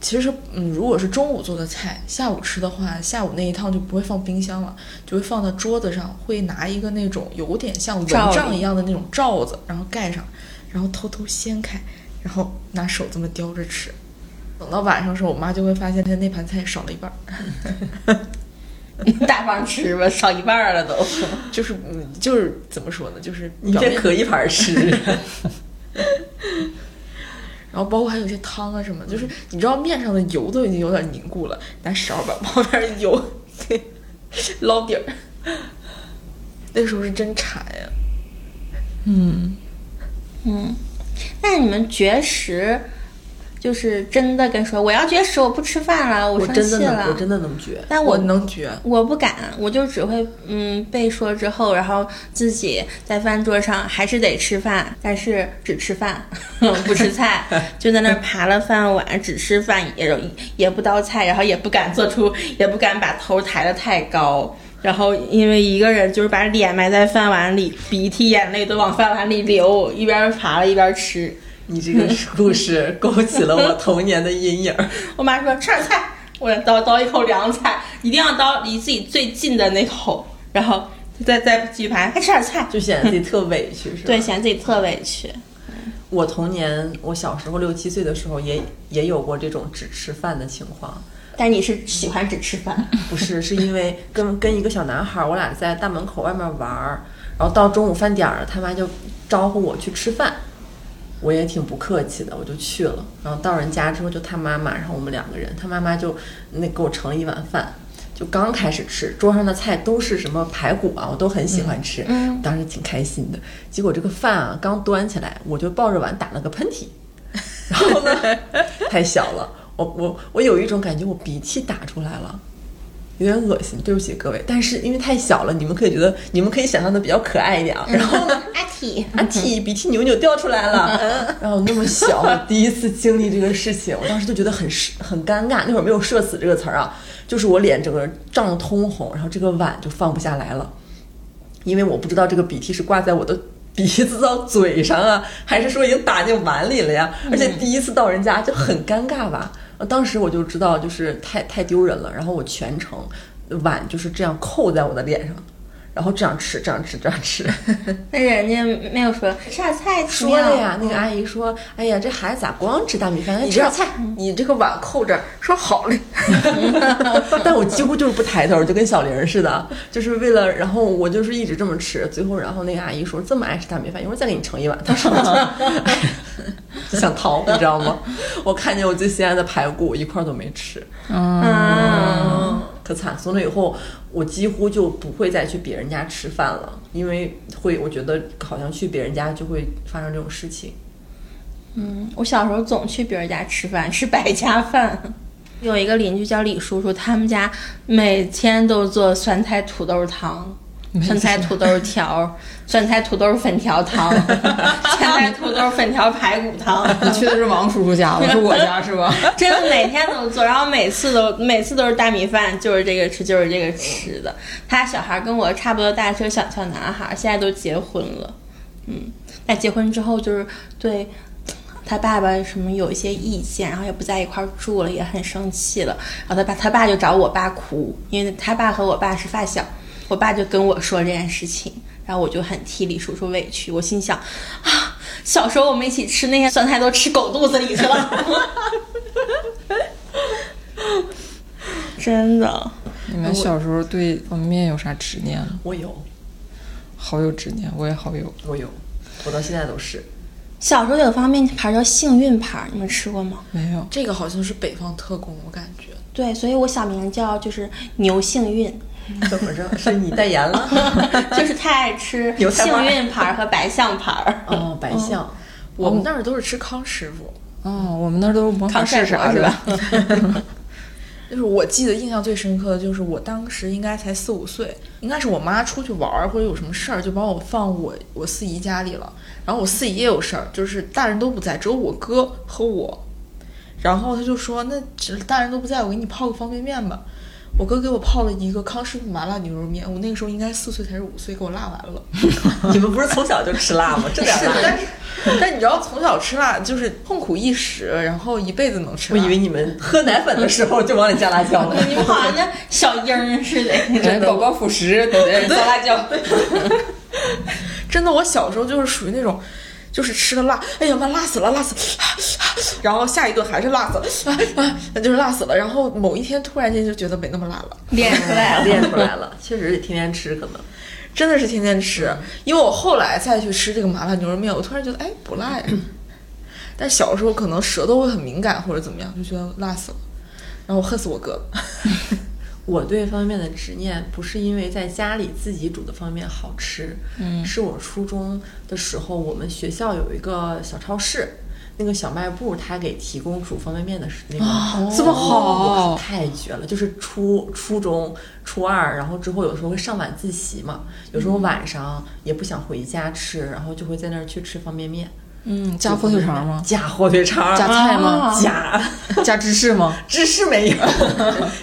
C: 其实，嗯，如果是中午做的菜，下午吃的话，下午那一趟就不会放冰箱了，就会放到桌子上，会拿一个那种有点像蚊
B: 罩
C: 帐
B: 里
C: 一样的那种罩子，然后盖上，然后偷偷掀开，然后拿手这么叼着吃。等到晚上的时候，我妈就会发现她那盘菜少了一半儿。
B: 大方吃吧，少一半儿了都。
C: 就是嗯，就是怎么说呢，就是
A: 你
C: 表
A: 这
C: 面
A: 可一盘吃，
C: 然后包括还有一些汤啊什么，就是你知道面上的油都已经有点凝固了，拿勺把旁边的油 给捞底儿。那时候是真馋呀，
B: 那你们绝食，就是真的跟说我要绝食，我不吃饭 了，
A: 我
B: 生
A: 真的
B: 气
A: 能，
B: 了。
A: 我真的能绝。
B: 但
C: 我
B: 我
C: 能绝。
B: 我不敢，我就只会嗯被说之后，然后自己在饭桌上还是得吃饭，但是只吃饭嗯不吃菜，就在那儿扒了饭碗，只吃饭也也不刀菜，然后也不敢做出，也不敢把头抬得太高。然后因为一个人就是把脸埋在饭碗里，鼻涕眼泪都往饭碗里流，一边扒了一边吃。
A: 你这个故事勾起了我童年的阴影儿。
B: 我妈说吃点菜，我叨叨一口凉菜，一定要叨离自己最近的那口，然后再再继续盘，还吃点菜，
A: 就显得自己特委屈，是吧？
B: 对，，显得自己特委屈。
A: 我童年，我小时候六七岁的时候也也有过这种只吃饭的情况，
B: 但你是喜欢只吃饭，
A: 不是，是因为跟跟一个小男孩儿，我俩在大门口外面玩儿，然后到中午饭点儿了，他妈就招呼我去吃饭，我也挺不客气的，我就去了。然后到人家之后，就他妈妈，然后我们两个人，他妈妈就那给我盛了一碗饭。就刚开始吃，桌上的菜都是什么排骨啊，我都很喜欢吃，
B: 嗯
A: 当时挺开心的。结果这个饭啊，刚端起来，我就抱着碗打了个喷嚏，然后呢， 太小了，我我我有一种感觉，我鼻涕打出来了。有点恶心，对不起各位，但是因为太小了，你们可以觉得，你们可以想象的比较可爱一点啊。
B: 嗯
A: 然后呢，
B: 阿体，
A: 阿嚏，鼻涕牛牛掉出来了。然后那么小， 我第一次经历这个事情，我当时就觉得很是很尴尬。那会儿没有“社死”这个词儿啊，就是我脸整个人涨得通红，然后这个碗就放不下来了，因为我不知道这个鼻涕是挂在我的。鼻子到嘴上啊，还是说已经打进碗里了呀？而且第一次到人家就很尴尬吧。呃当时我就知道，就是太太丢人了。然后我全程碗就是这样扣在我的脸上，然后这样吃，这样吃，这样吃。
B: 那人家没有说吃点菜，奇
A: 说
B: 妙
A: 了呀，那个阿姨说：“哎呀，这孩子咋光吃大米饭？你嗯吃点菜。
C: 你这个碗扣这儿，说好嘞。”
A: 但我几乎就是不抬头，就跟小玲儿似的， 就是为了，然后我就是一直这么吃。最后，然后那个阿姨说：“这么爱吃大米饭，一会儿再给你盛一碗。”她说：“ 就想逃，你知道吗？”我看见我最心爱的排骨，我一块儿都没吃，
B: 啊，
A: 可惨。从那以后，我几乎就不会再去别人家吃饭了，因为会，我觉得好像去别人家就会发生这种事情。
B: 我小时候总去别人家吃饭，吃百家饭。有一个邻居叫李叔叔，他们家每天都做酸菜土豆汤、酸菜土豆条、酸菜土豆粉条汤、酸菜土豆粉条排骨汤，
D: 你去的是王叔叔家，我是我家是吧？
B: 真的每天都做，然后每次都每次都是大米饭，就是这个吃，就是这个吃的。他小孩跟我差不多大，是个小小男孩，现在都结婚了，嗯，但结婚之后就是对他爸爸什么有一些意见，然后也不在一块儿住了，也很生气了。嗯然后他爸他爸就找我爸哭，因为他爸和我爸是发小，我爸就跟我说这件事情，然后我就很替李叔叔委屈，我心想啊，小时候我们一起吃那些酸菜都吃狗肚子里去了，真的。
D: 你们小时候对方便面有啥执念吗？
A: 我有，
D: 好有执念，我也好有。
A: 我有，我到现在都是。
B: 小时候有方便面牌叫幸运牌，你们吃过吗？
D: 没有，
C: 这个好像是北方特供，我感觉。
B: 对，所以我小名叫就是牛幸运，
A: 怎么着？是你代言了？
B: 就是太爱吃
A: 牛菜花
B: 幸运牌和白象牌。
A: 哦，白象，
C: 我
B: 哦
C: 们那儿都是吃康师傅，
D: 哦，我们那儿都是模仿
B: 试
D: 试
B: 试
D: 啥
B: 是
D: 的
B: 吧？？
C: 就是我记得印象最深刻的就是我当时应该才四五岁，应该是我妈出去玩儿或者有什么事儿，就把我放我我四姨家里了。然后我四姨也有事儿，就是大人都不在，只有我哥和我。然后他就说：“那只大人都不在，我给你泡个方便面吧。”我哥给我泡了一个康师傅麻辣牛肉面，我那个时候应该四岁还是五岁，给我辣完了。
A: 你们不是从小就吃辣吗？这 点
C: 是，
A: 辣，
C: 但是但你知道，从小吃辣就是痛苦一时，然后一辈子能吃
A: 我
C: 辣。
A: 以为你们喝奶粉的时候就往里加辣椒 了。
B: 你们好像那小鹰儿似的。
D: 哎宝宝辅食，对
B: 小辣椒，
C: 真的，我小时候就是属于那种，就是吃的辣，哎呀妈，辣死了，辣死了，啊啊 然后下一顿还是辣死，啊啊， 那就是辣死了。然后某一天突然间就觉得没那么辣了，
B: 练出来了。
A: 哎练出来了，确实得天天吃，可能
C: 真的是天天吃。因为我后来再去吃这个麻辣牛肉面，我突然觉得哎不辣呀。但小时候可能舌头会很敏感或者怎么样，就觉得辣死了。然后我恨死我哥了。
A: 我对方便面的执念不是因为在家里自己煮的方便面好吃，嗯，是我初中的时候，我们学校有一个小超市，那个小卖部，它给提供煮方便面的那个，
D: 这么好
A: 太绝了！就是初初中、初二，然后之后有时候会上晚自习嘛，有
D: 嗯
A: 时候晚上也不想回家吃，然后就会在那儿去吃方便面，
D: 嗯，加火腿肠吗？
A: 加火腿肠，
C: 加菜吗？
B: 啊
A: 加
D: 加芝士吗？
A: 芝士没 有，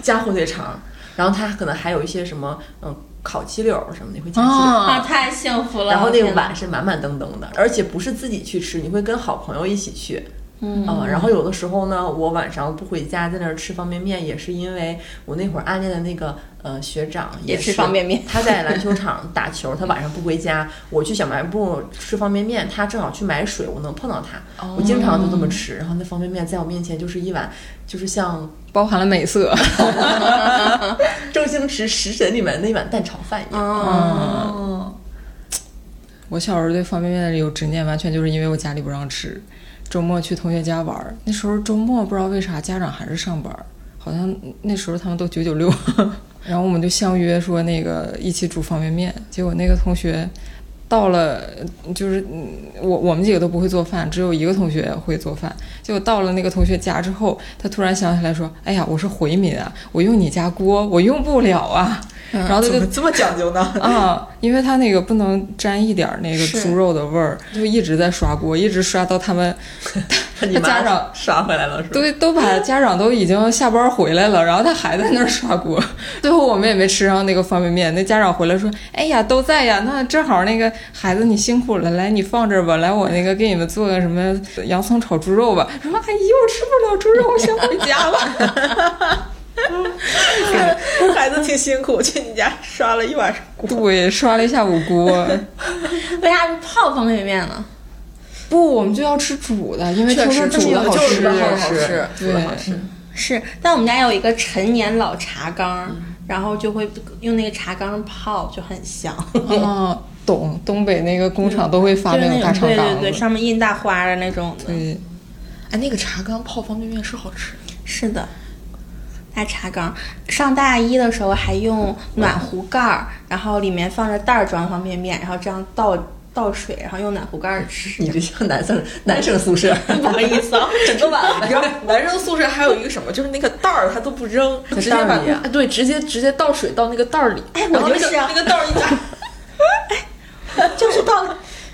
A: 加火腿肠，然后它可能还有一些什么，嗯，烤鸡柳什么的，你会加鸡柳。
B: 啊，
D: 啊，
B: 太幸福了！
A: 然后那个
B: 天哪
A: 碗是满满登登的，而且不是自己去吃，你会跟好朋友一起去。嗯、然后有的时候呢，我晚上不回家，在那儿吃方便面，也是因为我那会儿暗恋的那个呃学长
B: 也
A: 是
B: 吃方便面，
A: 他在篮球场打 球，他晚上不回家，我去小卖部吃方便面，他正好去买水，我能碰到他，
B: 哦
A: 我经常就这么吃。然后那方便面在我面前就是一碗，就是像
D: 包含了美色。
A: 周星驰《食神》里面那碗蛋炒饭一样。
C: 哦，
D: 我小时候对方便面有执念，完全就是因为我家里不让吃。周末去同学家玩儿，那时候周末不知道为啥家长还是上班儿，好像那时候他们都九九六， 然后我们就相约说那个一起煮方便面。结果那个同学到了，就是嗯我我们几个都不会做饭，只有一个同学会做饭。结果到了那个同学家之后，他突然想起来说：“哎呀，我是回民啊，我用你家锅，我用不了啊。”然后他
C: 怎
D: 就
C: 么这么讲究 呢？
D: 啊，因为它那个不能沾一点儿那个
B: 是
D: 猪肉的味儿，就一直在刷锅，一直刷到他 们
A: 你
D: 家
A: 妈
D: 长
A: 刷回来了是吧？
D: 都都把家长都已经下班回来了，然后他还在那儿刷 锅。最后我们也没吃上那个方便面，那家长回来说：“哎呀，都在呀，那正好那个孩子你辛苦了，来你放这儿吧，来我那个给你们做个什么洋葱炒猪肉吧。”说：“哎呦，我吃不了猪肉，我想回家了。”
C: 孩子挺辛苦，去你家刷了一晚上。
D: 对，刷了一下午锅。
B: 为啥不泡方便面呢？
D: 不，我们就要吃煮的，因为
C: 确
D: 听说
C: 实
D: 煮的好
C: 就是
D: 吃，
C: 煮的好吃
A: 煮的好吃。
B: 是，但我们家有一个陈年老茶缸，然后就会用那个茶缸泡，就很香。
D: 啊，懂，东北那个工厂都会 发
B: 就是
D: 个大
B: 那种
D: 长
B: 对
D: 缸
B: 对对，
D: 子
B: 上面印大花的那种的。
D: 对
C: 哎，那个茶缸泡方便面是好吃，
B: 是的，大茶缸。上大一的时候还用
A: 嗯
B: 暖壶盖儿，然后里面放着袋儿装方便面，然后这样倒倒水，然后用暖壶盖儿
A: 嗯
B: 吃。
A: 你这像男生男生宿 舍，
B: 不好意思啊，整个碗
C: 你知道男生宿舍还有一个什么，就是那个袋儿他都不扔，直接
A: 袋儿
C: 把
A: 里啊
C: 哎对，直接直接倒水到那个袋儿里。
B: 哎我
C: 然后那个
B: 就是啊
C: 那个袋儿一打，
B: 就是到，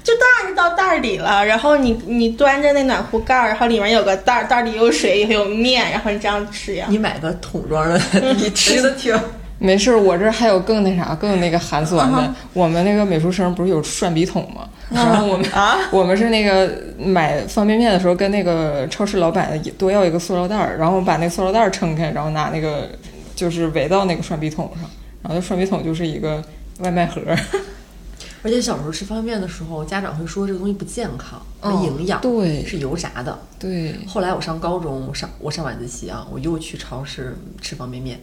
B: 就当然是到袋儿里了。然后你你端着那暖壶盖儿，然后里面有个袋儿，袋儿里有水有面，然后你这样吃 呀。
A: 你买个桶装的， 你吃的挺。
D: 没事儿，我这儿还有更那啥，更那个寒酸
B: 啊
D: 的。我们那个美术生不是有涮笔筒吗？然后我们
B: 啊
D: 我们是那个买方便面的时候，跟那个超市老板也多要一个塑料袋儿，然后把那个塑料袋儿撑开，然后拿那个就是围到那个涮笔筒上，然后那涮笔筒就是一个外卖盒。
A: 而且小时候吃方便面的时候，家长会说这个东西不健康、没
C: 嗯
A: 营养，
D: 对
A: 是油炸的。
D: 对，
A: 后来我上高中，我上我上晚自习啊，我又去超市吃方便面。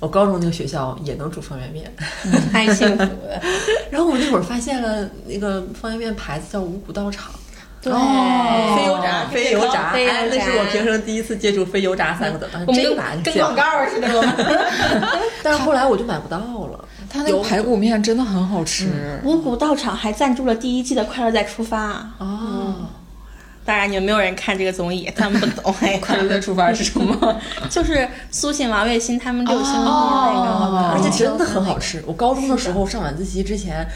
A: 我高中那个学校也能煮方便面，
B: 太幸福了，
A: 然后我那会儿发现了那个方便面牌子叫五谷道场，
B: 对，
A: 非油炸，哦非油炸，
B: 非油炸
A: 哎，那是我平生第一次接触“非油炸”三个字，啊
B: 我们
A: 这个
B: 跟
A: 蛮
B: 跟
A: 健
B: 广
A: 康
B: 告儿似的，我们
A: 但是后来我就买不到了。
D: 他那个排骨面真的很好吃。
B: 五谷道场还赞助了第一季的《快乐再出发》，啊
A: 哦，
B: 当然你们没有人看这个综艺，他们不懂。哎呀，
D: 快乐再出发是什么？
B: 就是苏醒、王栎鑫他们六兄弟的那个，
A: 而且真的很好吃。我高中的时候上晚自习之前，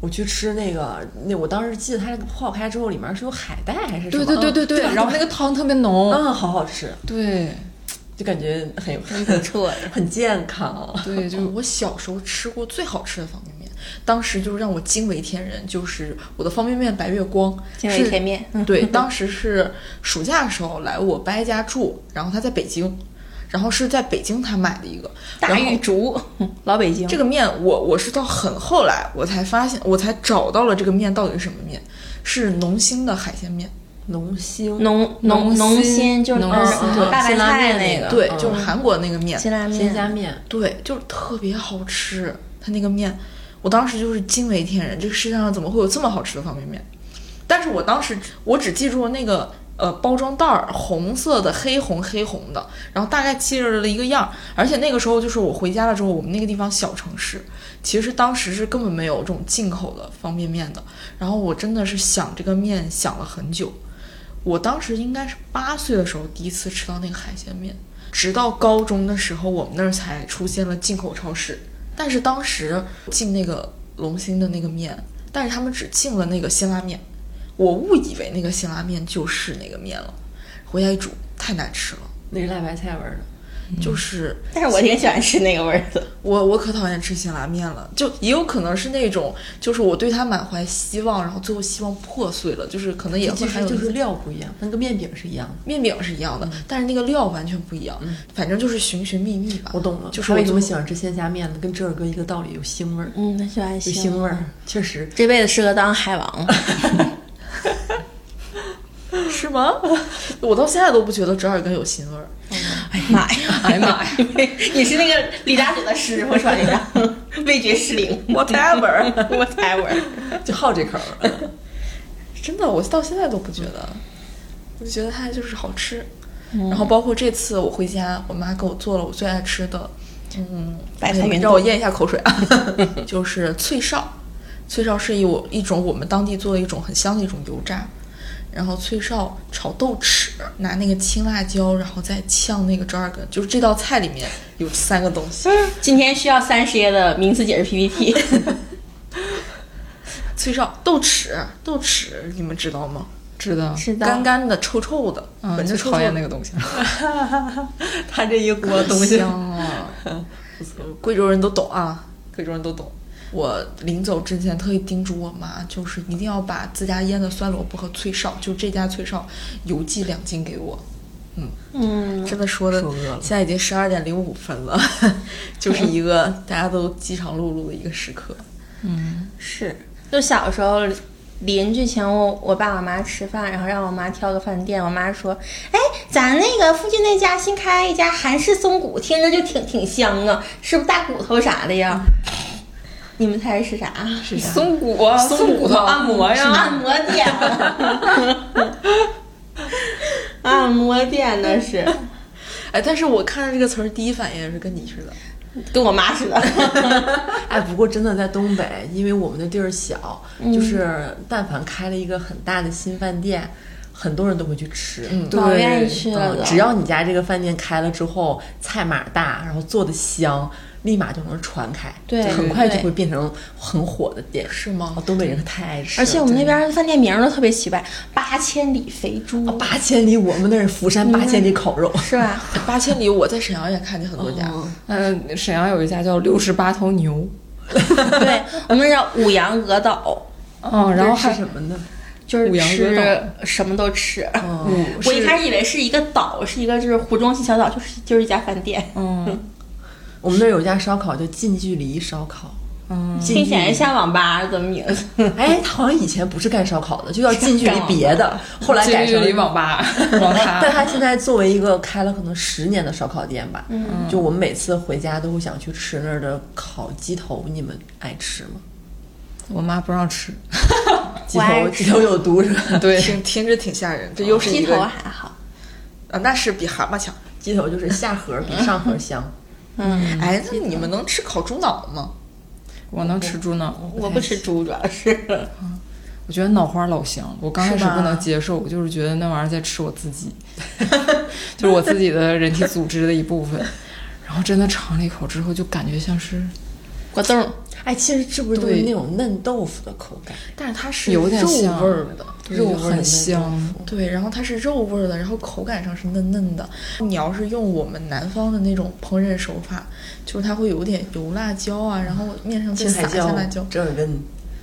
A: 我去吃那个，那我当时记得它那个泡开之后，里面是有海带还是什么？
D: 对对 对对对，然后那个汤特别浓。
A: 嗯，好好吃，
D: 对
A: 就感觉很很
B: 不 错
A: 很健康。
D: 对，就
C: 哦我小时候吃过最好吃的方便面，当时就是让我惊为天人，就是我的方便面白月光，
B: 惊为
C: 是
B: 天面嗯
C: 对，当时是暑假的时候来我伯家住，然后他在北京，然后是在北京他买的一个，
B: 大
C: 然后
B: 玉竹，嗯老北京
C: 这个面我我是到很后来我才发现，我才找到了这个面到底是什么面，是农心的海鲜面。
A: 浓心
B: 浓浓
D: 浓心
B: 心就是
D: 浓
B: 嗯
D: 心
B: 嗯
A: 对
B: 大白
A: 辛拉
B: 菜
A: 面
B: 那
A: 那
B: 个，
A: 个
C: 对，
A: 嗯
C: 就是韩国那个面，
B: 辛拉
A: 鲜虾
B: 面，
A: 面，
C: 对，就是特别好吃，它那个面，我当时就是惊为天人，这个世界上怎么会有这么好吃的方便面？但是我当时我只记住那个呃包装袋儿红色的黑红黑红的，然后大概记着了一个样儿，而且那个时候就是我回家了之后，我们那个地方小城市，其实当时是根本没有这种进口的方便面的，然后我真的是想这个面想了很久，我当时应该是八岁的时候第一次吃到那个海鲜面，直到高中的时候，我们那儿才出现了进口超市。但是当时进那个龙兴的那个面，但是他们只进了那个辛拉面，我误以为那个辛拉面就是那个面了，回家一煮太难吃了，
A: 那是辣白菜味儿的。嗯
C: 就是
B: 但是我挺喜欢吃那个味儿的。
C: 我我可讨厌吃辛拉面了，就也有可能是那种，就是我对它满怀希望，然后最后希望破碎了，就是可能也会
A: 其实
C: 还有
A: 就是嗯料不一样，那个面饼是一样的。
C: 面饼是一样的，但是那个料完全不一样，反正就是寻寻觅觅吧。
A: 嗯我懂了，
C: 就是
A: 他
C: 我
A: 为什么
C: 就
A: 喜欢吃鲜虾面呢？跟折耳哥一个道理，有腥味儿，
B: 嗯，很喜欢
A: 有腥味儿，确实。
B: 这辈子适合当海王。
C: 是吗？ 我到现在都不觉得折耳根有腥味儿。
B: 哎呀妈呀！哎呀妈呀！ 你是那个李大嘴的师傅是吧？你的味觉失灵
A: Whatever，
B: ，whatever。
A: 就好这口儿。
C: 真的，我到现在都不觉得，我就觉得它就是好吃。
B: 嗯
C: 然后包括这次我回家，我妈给我做了我最爱吃的，嗯，
B: 白菜云
C: 让我
B: 豆
C: 咽一下口水啊， 就是脆哨。脆哨是一我一种我们当地做的一种很香的一种油炸，然后脆哨炒豆豉，拿那个青辣椒，然后再呛那个折耳根，就是这道菜里面有三个东西。
B: 今天需要三十页的名词解释 PPT。
C: 脆哨、豆豉、豆豉，你们知道吗？
D: 知道，
B: 是
C: 干干的、臭臭的，
D: 嗯，
C: 闻着
D: 就
C: 臭臭
D: 讨厌那
C: 个
D: 个东西。
A: 他这一锅东 西，
C: 香啊！ 贵州人都懂啊，贵州人都懂。我临走之前特意叮嘱我妈，就是一定要把自家腌的酸萝卜和脆哨，就这家脆哨，邮寄两斤给我。
B: 嗯，
C: 真的说的
A: 受饿了，
C: 现在已经十二点零五分了，就是一个大家都饥肠辘辘的一个时刻。
B: 是。就小时候，邻居请我我爸我妈吃饭，然后让我妈挑个饭店。我妈说：“哎，咱那个附近那家新开一家韩式松骨，听着就挺挺香啊，是不是大骨头啥的呀？”你们猜是啥？
A: 是啥？
D: 松骨啊，松骨头按摩
B: 是
D: 呀，
B: 按摩店， 按摩店那是
C: 哎，但是我看到这个词儿，第一反应也是跟你似的。
B: 跟我妈似的。
A: 哎，不过真的在东北，因为我们的地儿小，就是但凡开了一个很大的新饭店，很多人都会去吃。嗯
B: 老愿意去了都
A: 只要你家这个饭店开了之后，菜码大，然后做的香，立马就能传开，
B: 对
A: 很快就
B: 对
A: 会变成很火的店。
C: 是吗
A: 哦东北人可太爱吃了，
B: 而且我们
A: 真
B: 那
A: 的
B: 边儿饭店名儿都特别奇怪，八千里肥猪，
A: 啊八千里，我们那是釜山八千里烤肉，
B: 是吧？
C: 八千里，我在沈阳也看见很多
B: 哦
C: 家。
D: 嗯，沈阳有一家叫六十八头牛，
B: 对，我们叫五羊鹅岛，
D: 嗯，然后
A: 是
D: 还
A: 什么呢？
B: 就是
D: 五羊鹅
B: 吃什么都吃。
D: 五
B: 我一
D: 是
B: 开始以为是一个岛，是一个就是湖中心小岛，就是就是一家饭店，
D: 嗯
A: 我们那儿有一家烧烤叫近距离烧烤，
D: 嗯，
A: 近
B: 听
A: 距
B: 起来
A: 离
B: 像网吧怎么名字？
A: 哎，他好像以前不是干烧烤的，就叫近距离别的，后来改
D: 近距
A: 成
D: 离网吧网咖
A: 但，他现在作为一个开了可能十年的烧烤店吧，嗯，就我们每次回家都会想去吃那儿的烤鸡头，你们爱吃吗？
D: 我妈不让吃，
A: 鸡
B: 我爱
A: 头
B: 吃
A: 鸡头有毒是吧？
D: 对，
C: 听听着挺吓人，这嗯又是一
B: 鸡
C: 个
B: 头还好，
C: 啊，那是比蛤蟆强。
A: 鸡头就是下盒比上盒香，
B: 嗯，
C: 哎，那你们能吃烤猪脑吗？
D: 我能吃猪脑，
B: 我不吃猪，主要是。
D: 我觉得脑花老香了，我刚开始
A: 是吧
D: 不能接受，我就是觉得那玩意儿在吃我自己，就是我自己的人体组织的一部分。 然后真的尝了一口之后，就感觉像是
B: 果冻儿，
A: 哎，其实是不是都
D: 对
A: 是那种嫩豆腐的口感？
C: 但是它是
D: 有点
C: 肉
D: 像
C: 味儿的，
D: 肉
A: 有味儿的
D: 很香，
C: 对，然后它是肉味儿的，然后口感上是嫩嫩的。你要是用我们南方的那种烹饪手法，就是它会有点油辣椒啊，然后面上再
A: 青
C: 撒
A: 海
C: 一下辣椒
A: 椒、，
C: 呃
A: 折耳根、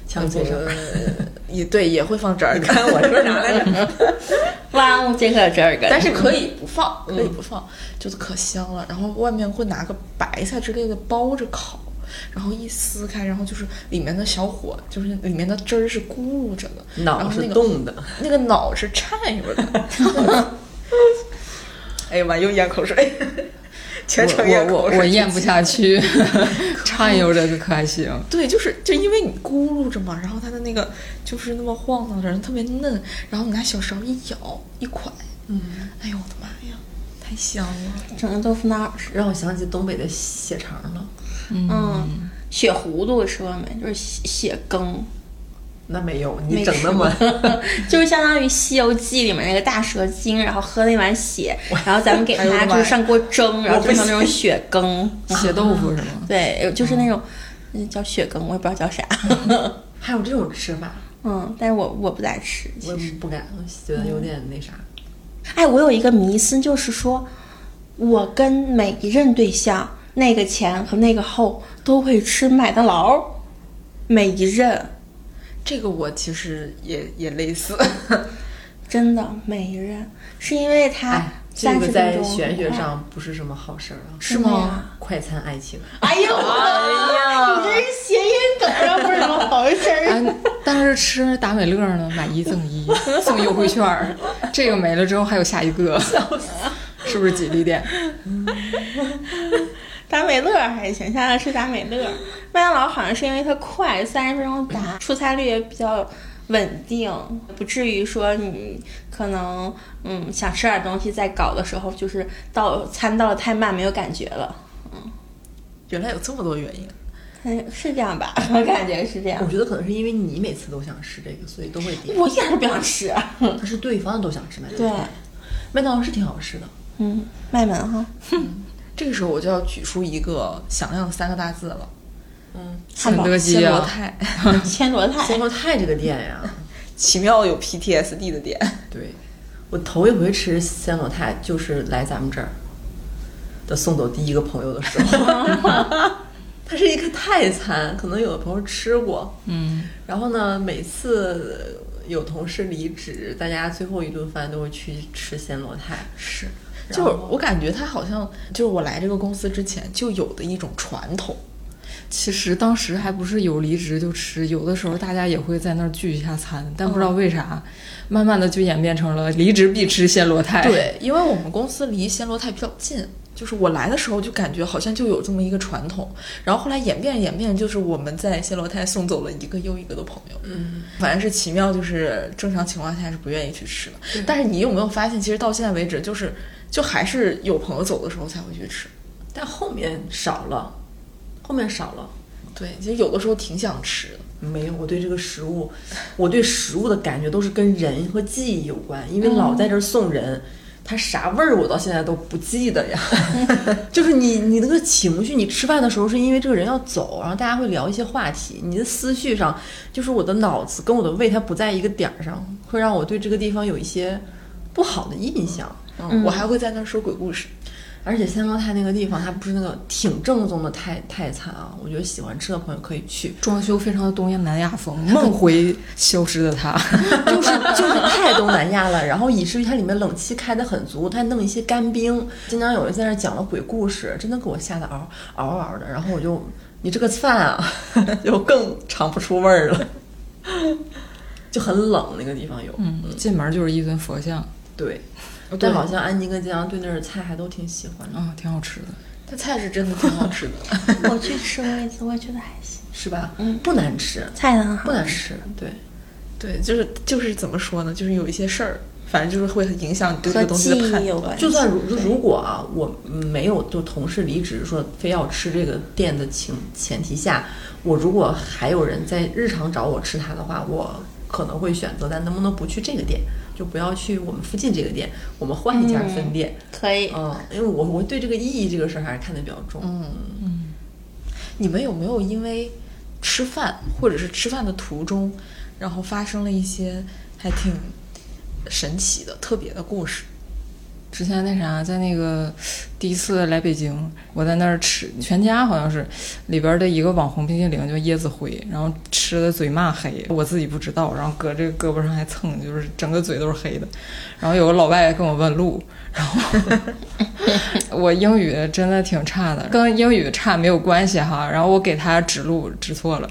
A: 香脆啥？
C: 也对，也会放折耳根。
A: 看我说啥来着？
B: 万物皆可折耳根，
C: 但是可以不放，可以不放，就是可香了。然后外面会拿个白菜之类的包着烤，然后一撕开，然后就是里面的小火，就是里面的汁儿是咕噜着的，然
A: 脑
C: 后
A: 是
C: 那个
A: 动的，
C: 那个脑是颤悠的。哎呀妈，又咽口水， 全程咽
E: 我
C: 口
E: 我
C: 水，
E: 我咽不下去， 畅游这个可还行。
C: 对，就是就因为你咕噜着嘛，然后它的那个就是那么晃荡着，然后特别嫩，然后你拿小勺一咬一蒯，嗯，哎呦我的妈呀，太香了！
B: 整个豆腐脑儿是，
A: 让我想起东北的血肠了。
B: 嗯，血葫芦吃过没？就是血血羹，
A: 那没有，你
B: 没
A: 整那
B: 吃过
A: 么
B: 就是相当于《西游记》里面那个大蛇精，然后喝那碗血，然后咱们给
C: 哎呦我的
B: 它
C: 妈呀
B: 就是上锅蒸，然后就成那种血羹。
E: 血豆腐是吗？
B: 对，就是那种那叫血羹，我也不知道叫啥。
A: 还有这种吃法，
B: 嗯，但是我我不咋吃。其
A: 我
B: 实
A: 也不敢，我觉得有点那啥。
B: 哎，我有一个迷思，就是说我跟每一任对象，那个前和那个后都会吃麦当劳，每一任
C: 这个我其实也也类似，
B: 真的每一任，是因为他
A: 哎，这
B: 嗯三
A: 个
B: 十分
A: 在
B: 钟
A: 玄学
B: 很快
A: 上不是什么好事儿啊。
B: 是吗？
A: 快餐爱情，
B: 哎呦，你这是谐音梗，这不是什么好事儿。
E: 哎，当时吃达美乐呢，买一赠一，送优惠券儿，这个没了之后还有下一个，是不是吉利点？
B: 达美乐还行，下来吃达美乐。麦当劳好像是因为它快，三十分钟达，出餐率也比较稳定，不至于说你可能嗯想吃点东西，在搞的时候就是到餐到的太慢，没有感觉了。
C: 原来有这么多原因。
B: 嗯，是这样吧？我感觉是这样
A: 我。觉得可能是因为你每次都想吃这个，所以都会点。
B: 我一点都不想吃。
A: 可是对方都想吃麦当
B: 对
A: 劳，，麦当劳是挺好吃的。
B: 嗯，麦门哈，
C: 这个时候我就要举出一个响亮的三个大字了，
B: 汉
E: 肯
B: 堡、
E: 德
C: 暹
E: 基
C: 罗
E: 啊，
C: 泰，
B: 暹罗
A: 鲜
B: 菜，
A: 肉泰这个店呀，
C: 奇妙有 PTSD 的点。
A: 对我头一回吃鲜肉泰就是来咱们这儿的送走第一个朋友的时候，它是一个泰餐，可能有的朋友吃过，
E: 嗯，
A: 然后呢，每次有同事离职，大家最后一顿饭都会去吃鲜罗泰。
C: 是，
A: 然
C: 就是
A: 后
C: 我感觉他好像就是我来这个公司之前就有的一种传统。
E: 其实当时还不是有离职就吃，有的时候大家也会在那儿聚一下餐，但不知道
C: 嗯
E: 为啥，慢慢的就演变成了离职必吃暹罗泰。，
C: 对，因为我们公司离暹罗泰比较近，就是我来的时候就感觉好像就有这么一个传统，然后后来演变演变，就是我们在暹罗泰送走了一个又一个的朋友。嗯，反正是奇妙，就是正常情况下是不愿意去吃的，但是你有没有发现，其实到现在为止，就是就还是有朋友走的时候才会去吃。
A: 但后面少了，后面少了，
C: 对，其实有的时候挺想吃的。
A: 没有。我对这个食物，我对食物的感觉都是跟人和记忆有关，因为老在这儿送人。它啥味儿，我到现在都不记得呀。 就是你，你那个情绪，你吃饭的时候是因为这个人要走，然后大家会聊一些话题，你的思绪上，就是我的脑子跟我的胃它不在一个点儿上，会让我对这个地方有一些不好的印象。
C: 嗯，我还会在那儿说鬼故事。
A: 而且暹罗泰那个地方，它不是那个挺正宗的泰泰餐啊，我觉得喜欢吃的朋友可以去。
E: 装修非常的东亚南亚风，梦回消失的他。
A: 就是就是太东南亚了，然后以至于它里面冷气开得很足，它弄一些干冰。经常有人在那儿讲了鬼故事，真的给我吓得嗷嗷嗷的。然后我就，你这个饭啊， 就更尝不出味儿了，就很冷那个地方有。
E: 嗯， 进门就是一尊佛像，
A: 哦对，嗯但好像安妮跟金阳对那儿的菜还都挺喜欢的，
E: 啊、挺好吃的。
C: 它菜是真的挺好吃的，
B: 我去吃过一次，我也觉得还行，
A: 是吧？嗯，不难吃，
B: 菜很好
A: 不。难吃。对，
C: 对，就是就是怎么说呢，就是有一些事儿，反正就是会很影响你对这
B: 和
C: 个东西
B: 记
C: 的判
B: 忆有
C: 断。
B: 关系，
A: 就算如如果啊，我没有就同事离职说非要吃这个店的情前提下，我如果还有人在日常找我吃它的话，我可能会选择，咱能不能不去这个店，就不要去我们附近这个店，我们换一家分店。
B: 可以。
A: 嗯，因为我我对这个意义这个事儿还是看得比较重。嗯，
C: 你们有没有因为吃饭或者是吃饭的途中，然后发生了一些还挺神奇的、特别的故事？
D: 之前那啥，在那个第一次来北京，我在那儿吃全家好像是里边的一个网红冰淇淋叫椰子灰，然后吃的嘴骂黑，我自己不知道，然后搁这个胳膊上还蹭，就是整个嘴都是黑的。然后有个老外跟我问路，然后 我英语真的挺差的，跟英语差没有关系哈。然后我给他指路指错了。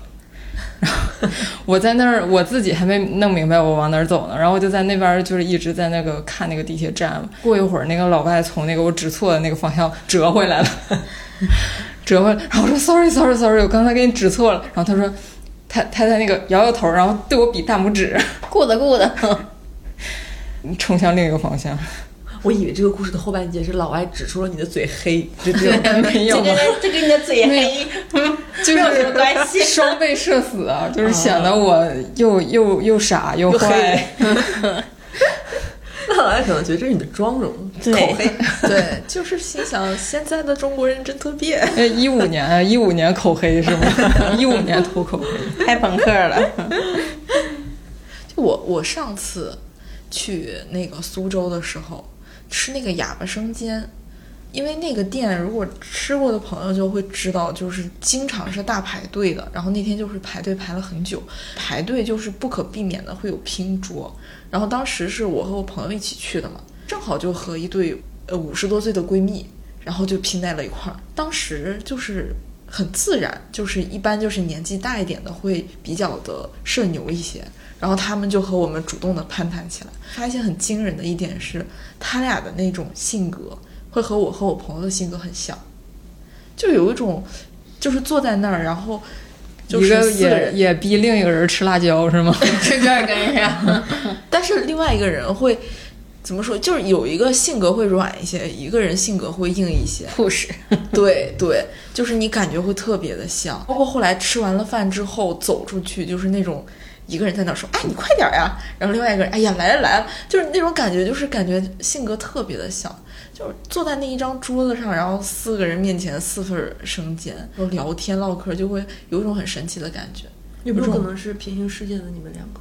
D: 然后 我在那儿，我自己还没弄明白我往哪儿走呢。然后我就在那边儿，就是一直在那个看那个地铁站。过一会儿，那个老外从那个我指错的那个方向折回来了， 折回来。然后我说 “sorry sorry sorry”，我刚才给你指错了。然后他说他他在那个摇摇头，然后对我比大拇指，
B: ，good good，
D: 冲向另一个方 向。
A: 我以为这个故事的后半截是老外指出了你的嘴黑，这这 种
D: 对，没有
B: 这。跟这跟你的嘴黑
D: 就
B: 没有什
D: 是
B: 么关系
D: 双倍社死啊！就是显得我又又又傻又坏
A: 黑。那老外可能觉得这是你的妆容，口 黑。
C: 对，就是心想现在的中国人真特别。
D: 呃，一五年，一五年口 黑是吗？一五年头口黑。
B: 太朋克了。
C: 就我我上次去那个苏州的时候吃那个哑巴生煎，因为那个店如果吃过的朋友就会知道，就是经常是大排队的。然后那天就是排队排了很久，排队就是不可避免的会有拼桌。然后当时是我和我朋友一起去的嘛，正好就和一对呃五十多岁的闺蜜，然后就拼在了一块儿。当时就是很自然，就是一般就是年纪大一点的会比较的社牛一些，然后他们就和我们主动的攀谈起来。发现很惊人的一点是，他俩的那种性格会和我和我朋友的性格很像，就有一种就是坐在那儿，然后就
D: 一个
C: 是四个
D: 也
C: 人，
D: 也逼另一个人吃辣椒 是吗？
B: 吃这儿跟上，
C: 但是另外一个人会。怎么说？就是有一个性格会软一些，一个人性格会硬一些。
B: 护士
C: 对对，就是你感觉会特别的像，包括后来吃完了饭之后走出去，就是那种一个人在那说：“哎，你快点儿呀！”然后另外一个人：“哎呀，来了来了！”就是那种感觉，就是感觉性格特别的像，就是坐在那一张桌子上，然后四个人面前四份儿生煎，然后聊天唠嗑，就会有一种很神奇的感觉。
A: 有没有可能是平行世界的你们两个？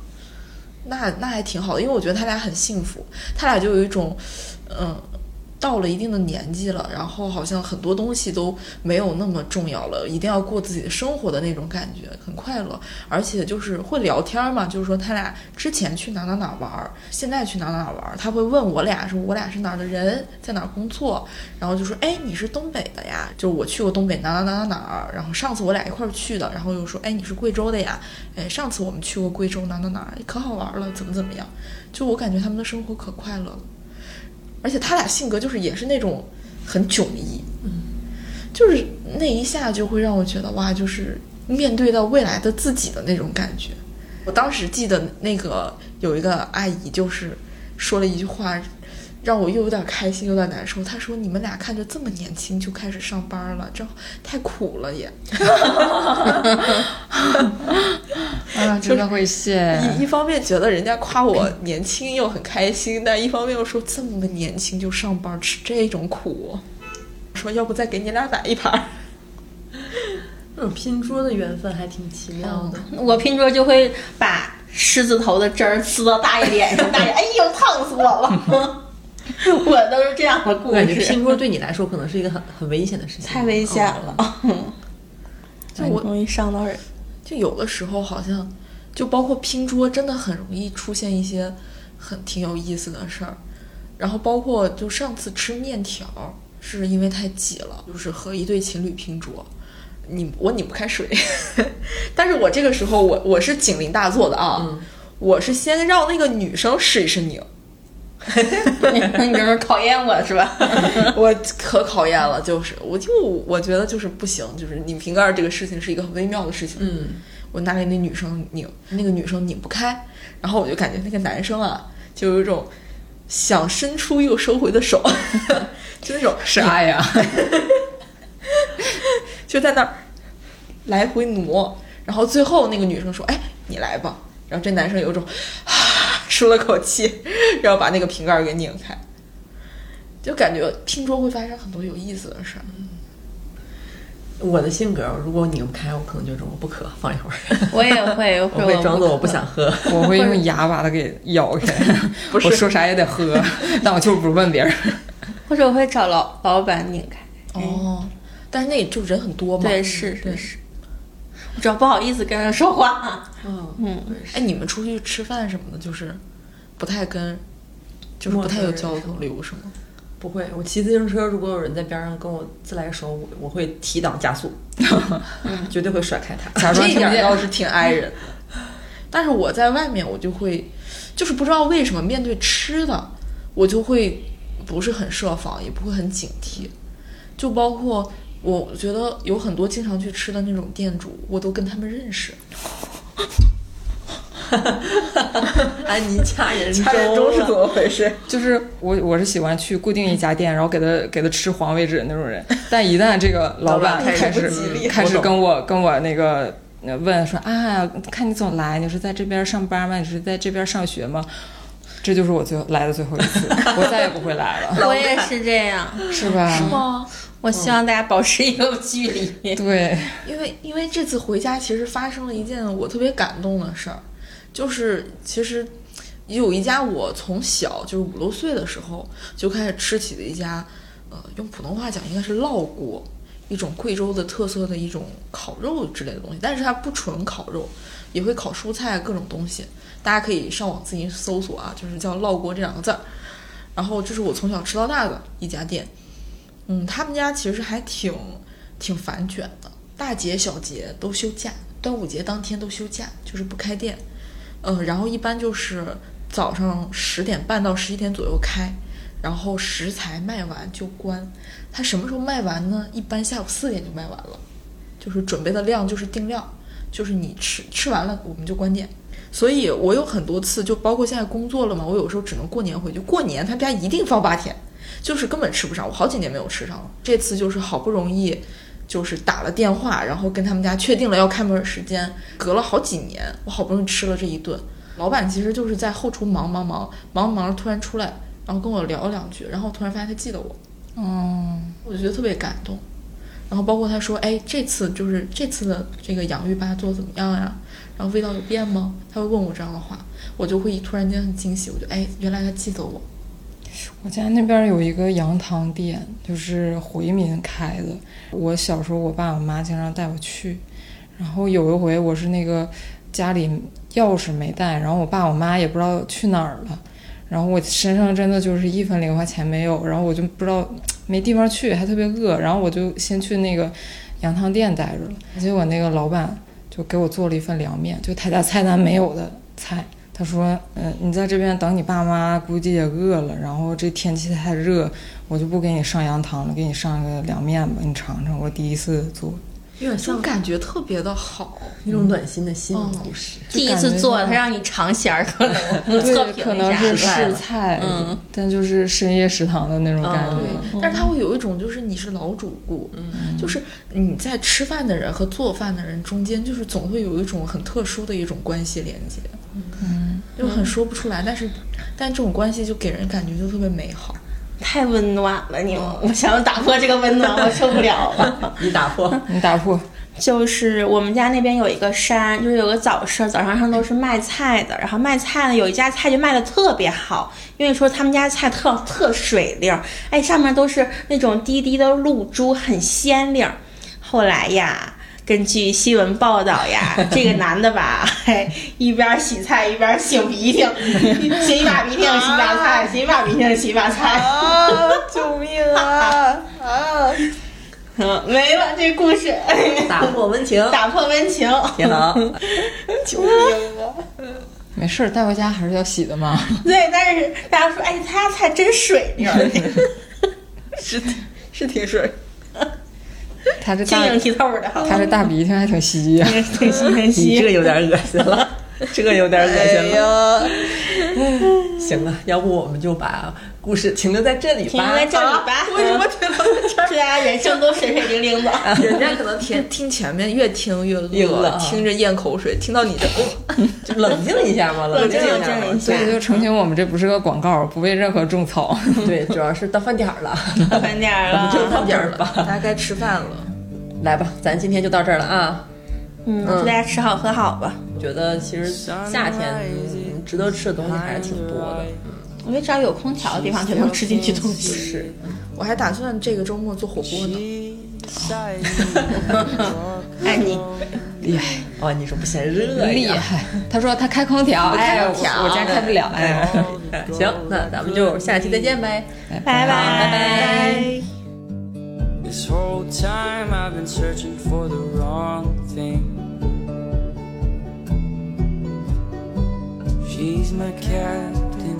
C: 那那还挺好的，因为我觉得他俩很幸福，他俩就有一种，嗯，到了一定的年纪了，然后好像很多东西都没有那么重要了，一定要过自己的生活的那种感觉，很快乐，而且就是会聊天嘛，就是说他俩之前去哪哪哪玩儿，现在去哪哪哪玩儿，他会问我俩说我俩是哪儿的人，在哪儿工作，然后就说哎你是东北的呀，就是我去过东北哪哪哪哪哪儿，然后上次我俩一块儿去的，然后又说哎你是贵州的呀，哎，上次我们去过贵州哪哪哪儿，哎可好玩了，怎么怎么样？就我感觉他们的生活可快乐了，而且他俩性格就是也是那种很迥异，嗯，就是那一下就会让我觉得哇，就是面对到未来的自己的那种感觉。我当时记得那个有一个阿姨就是说了一句话，让我又有点开心，有点难受。她说：“你们俩看着这么年轻就开始上班了，这太苦了也。”
D: 啊，真的会谢。
C: 一一方面觉得人家夸我年轻又很开心，但一方面又说这么年轻就上班吃这种苦，说要不再给你俩买一盘儿。
A: 那种嗯拼桌的缘分还挺奇妙的。
B: 我拼桌就会把狮子头的汁儿呲到大爷脸上，大爷 哎呦烫死我了。 我都是这样的故
A: 我感觉
B: 事，
A: 拼桌对你来说可能是一个很很危险的事情，哦
B: 太危险了，
C: 就我
B: 容易伤到人。
C: 就有的时候好像，就包括拼桌，真的很容易出现一些很挺有意思的事儿。然后包括就上次吃面条，是因为太挤了，就是和一对情侣拼桌，拧我拧不开水， 但是我这个时候我我是警铃大作的啊，我是先让那个女生试一试拧。
B: 你这是考验我是吧？
C: 我可考验了，就是我就我觉得就是不行，就是拧瓶盖儿这个事情是一个很微妙的事情。
A: 嗯，
C: 我拿给那女生拧，那个女生拧不开，然后我就感觉那个男生啊，就有一种想伸出又收回的手， 就那种
D: 是爱呀，
C: 就在那儿来回挪，然后最后那个女生说：“哎，你来吧。”然后这男生有一种啊舒了口气， 然后把那个瓶盖儿给拧开，就感觉拼桌会发生很多有意思的事儿。
A: 我的性格，如果拧不开，我可能就是我不渴，放一会儿，
B: 我也会，
A: 我会装作我不想喝。
D: 我 会用牙把它给咬开。我说啥也得喝，但我就是不问别人。
B: 或者我会找老老板拧开。
C: 哦，但是那里就人很多嘛。
B: 嗯对，是是是，我主要不好意思跟人说话。
A: 嗯，
B: 嗯，
C: 哎，你们出去吃饭什么的，就是不太跟，就是不太有交流，是吗？
A: 不会，我骑自行车，如果有人在边上跟我自来熟，我我会提档加速， 绝对会甩开他。
C: 这一点倒是挺挨人的。但是我在外面，我就会，就是不知道为什么面对吃的，我就会不是很设防，也不会很警惕。就包括我觉得有很多经常去吃的那种店主，我都跟他们认识。
A: 安妮掐人
D: 掐人中是怎
A: 了
D: 么 回事？就是我我是喜欢去固定一家店，然后给他给他吃黄为止的那种人。但一旦这个老
A: 老
D: 板
A: 板
D: 开
A: 开始
D: 始
A: 不吉利
D: 开始
A: 我懂
D: 跟我跟我那个呃问说啊，看你总来，你是在这边上班吗？你是在这边上学吗？这就是我最后来的最后一次，我再也不会来了，
B: 我也是这样。
D: 是吧？
B: 嗯哦我希望大家保持一个距离。
D: 对，
C: 因为因为这次回家，其实发生了一件我特别感动的事儿，就是其实有一家我从小就是五六岁的时候就开始吃起的一家，呃，用普通话讲应该是烙锅，一种贵州的特色的一种烤肉之类的东西，但是它不纯烤肉，也会烤蔬菜各种东西，大家可以上网自己搜索啊，就是叫烙锅这两个字儿。然后这是我从小吃到大的一家店，嗯，他们家其实还挺挺繁卷的，大节小节都休假，端午节当天都休假，就是不开店。嗯，然后一般就是早上十点半到十一点左右开，然后食材卖完就关。它什么时候卖完呢？一般下午四点就卖完了，就是准备的量就是定量，就是你吃吃完了我们就关店。所以我有很多次，就包括现在工作了嘛，我有时候只能过年回去。过年他们家一定放八天，就是根本吃不上。我好几年没有吃上了，这次就是好不容易，就是打了电话，然后跟他们家确定了要开门时间，隔了好几年，我好不容易吃了这一顿。老板其实就是在后厨忙忙忙忙忙着突然出来，然后跟我聊了两句，然后突然发现他记得我，
D: 嗯，
C: 我就觉得特别感动。然后包括他说，哎，这次就是这次的这个洋芋粑做得怎么样呀？然后味道有变吗？他会问我这样的话，我就会突然间很惊喜，我就哎，原来他记得我。
D: 我家那边有一个羊汤店，就是回民开的。我小时候，我爸我妈经常带我去。然后有一回，我是那个家里钥匙没带，然后我爸我妈也不知道去哪儿了，然后我身上真的就是一分零花钱没有，然后我就不知道没地方去，还特别饿，然后我就先去那个羊汤店待着了。结果那个老板就给我做了一份凉面，就他家菜单没有的菜。他说：“嗯、你在这边等你爸妈，估计也饿了。然后这天气太热，我就不给你上羊汤了，给你上个凉面吧，你尝尝。我第一次做，
A: 有点
C: 这种
A: 像
C: 感觉特别的好，
A: 一种暖心的心灵故事。
B: 第一次做，他让你尝鲜儿，可能测
D: 对，
B: 评
D: 可能
B: 一
D: 是
B: 下。
D: 试菜，
B: 嗯
D: 但就是深夜食堂的那种感觉。
A: 嗯
C: 对，但是他会有一种就是你是老主顾，就是你在吃饭的人和做饭的人中间，就是总会有一种很特殊的一种关系连接，嗯，就很说不出来，但是但这种关系就给人感觉就特别美好。
B: 太温暖了，你们，我想要打破这个温暖，我受不了了。
A: 你打破，
D: 你打破，
B: 就是我们家那边有一个山，就是有个早市，早上上都是卖菜的。然后卖菜呢，有一家菜就卖的特别好，因为说他们家菜特特水灵儿，哎，上面都是那种滴滴的露珠，很鲜灵儿。后来呀，根据新闻报道呀，这个男的吧，哎，一边洗菜一边擤鼻涕，擤一把鼻涕洗把菜，擤一把鼻涕洗把菜。
C: 救命啊！啊，
B: 嗯，没了这故事，
A: 打破温情，
B: 打破温情。
A: 铁狼。
C: 救命啊！
D: 没事儿，带回家还是要洗的嘛。
B: 对，但是大家说，哎，他家菜真 水灵儿，
C: 是是挺水，
D: 他这
B: 晶
D: 大，
B: 莹剔透的，
D: 他这大鼻涕还挺稀呀、
B: 挺新很
A: 你这
B: 新。
A: 个有点恶心了，这个有点恶心了。
C: 呀，
A: 行啊，要不我们就把故事停留在这里吧。
B: 停留在这里吧，为什么停留在这儿？ 祝大家人生都水水灵灵的。
C: 人家可能听听前面越听越
A: 越饿
C: 饿，
A: 啊
C: 听着咽口水，听到你的，
A: 就冷静一下嘛，
B: 冷
A: 静
B: 静
A: 一下
B: 冷静一
A: 嘛。
B: 下
D: 所以就澄清我们这不是个广告，不为任何种草。
A: 对，主要是到饭点儿了，
B: 快点儿
A: 我们就
B: 了，
A: 到点儿吧。
C: 大家该吃饭了。
A: 来吧，咱今天就到这儿了啊。
B: 嗯，祝大家吃好喝好吧。
A: 觉得其实夏天、嗯、值得吃的东西还是挺多的。嗯
B: 我们只要有空调的地方就能吃进去东西。
C: 是，我还打算这个周末做火锅呢。
B: 爱你，
A: 厉害哦！你说不嫌热呀？
E: 厉
D: 哎
E: 害。他说他开空调，哎，我我家开不了，哎。
A: 行，那咱们就下期再见呗。
B: 拜拜拜。
F: This whole time I've been searching for the wrong thing. She's my captain,